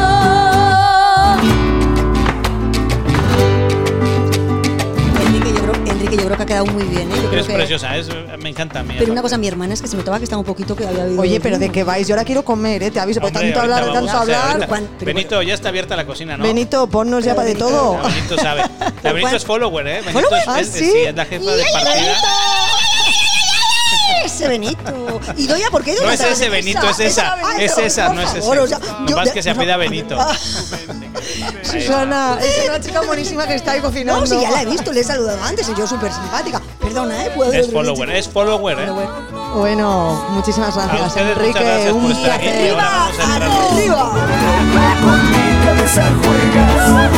Enrique, yo creo, Enrique, yo creo que ha quedado muy bien. ¿eh? Yo creo
Es
que-
preciosa, es, me encanta a mí.
Pero una cosa, mi hermana es que se notaba que estaba un poquito que había vivido.
Oye, pero ¿de qué vais? Yo ahora quiero comer, ¿eh? Te aviso, por
Hombre,
tanto
ahorita
hablar,
vamos
tanto
a hacer
hablar.
ahorita.
Juan- pero-
Benito, ya está abierta la cocina, ¿no?
Benito, ponnos ya para de todo.
Ah, Benito sabe. La Benito
Juan-
es follower, ¿eh? Benito
¿Follower?
es,
Ah,
es-
¿sí?
sí, es la jefa de partida.
Ese Benito. Y Doña, ¿por qué
No
Doña?
es ese Benito, es esa.
Benito,
Es esa, no es
por
ese.
favor, o sea, yo- Ah,
Nomás que se apida Benito.
Susana, es una chica buenísima que está ahí cocinando.
No, si ya la he visto, le he saludado antes y yo súper simpática. Perdona, ¿eh? Puedo
Es follower, es follower, ¿eh?
Bueno, muchísimas
A
gracias,
ustedes muchas
Enrique.
gracias por
un
estar aquí.
placer.
Y ahora vamos a entrar.
¡Arriba!
Conmigo a besar juegas.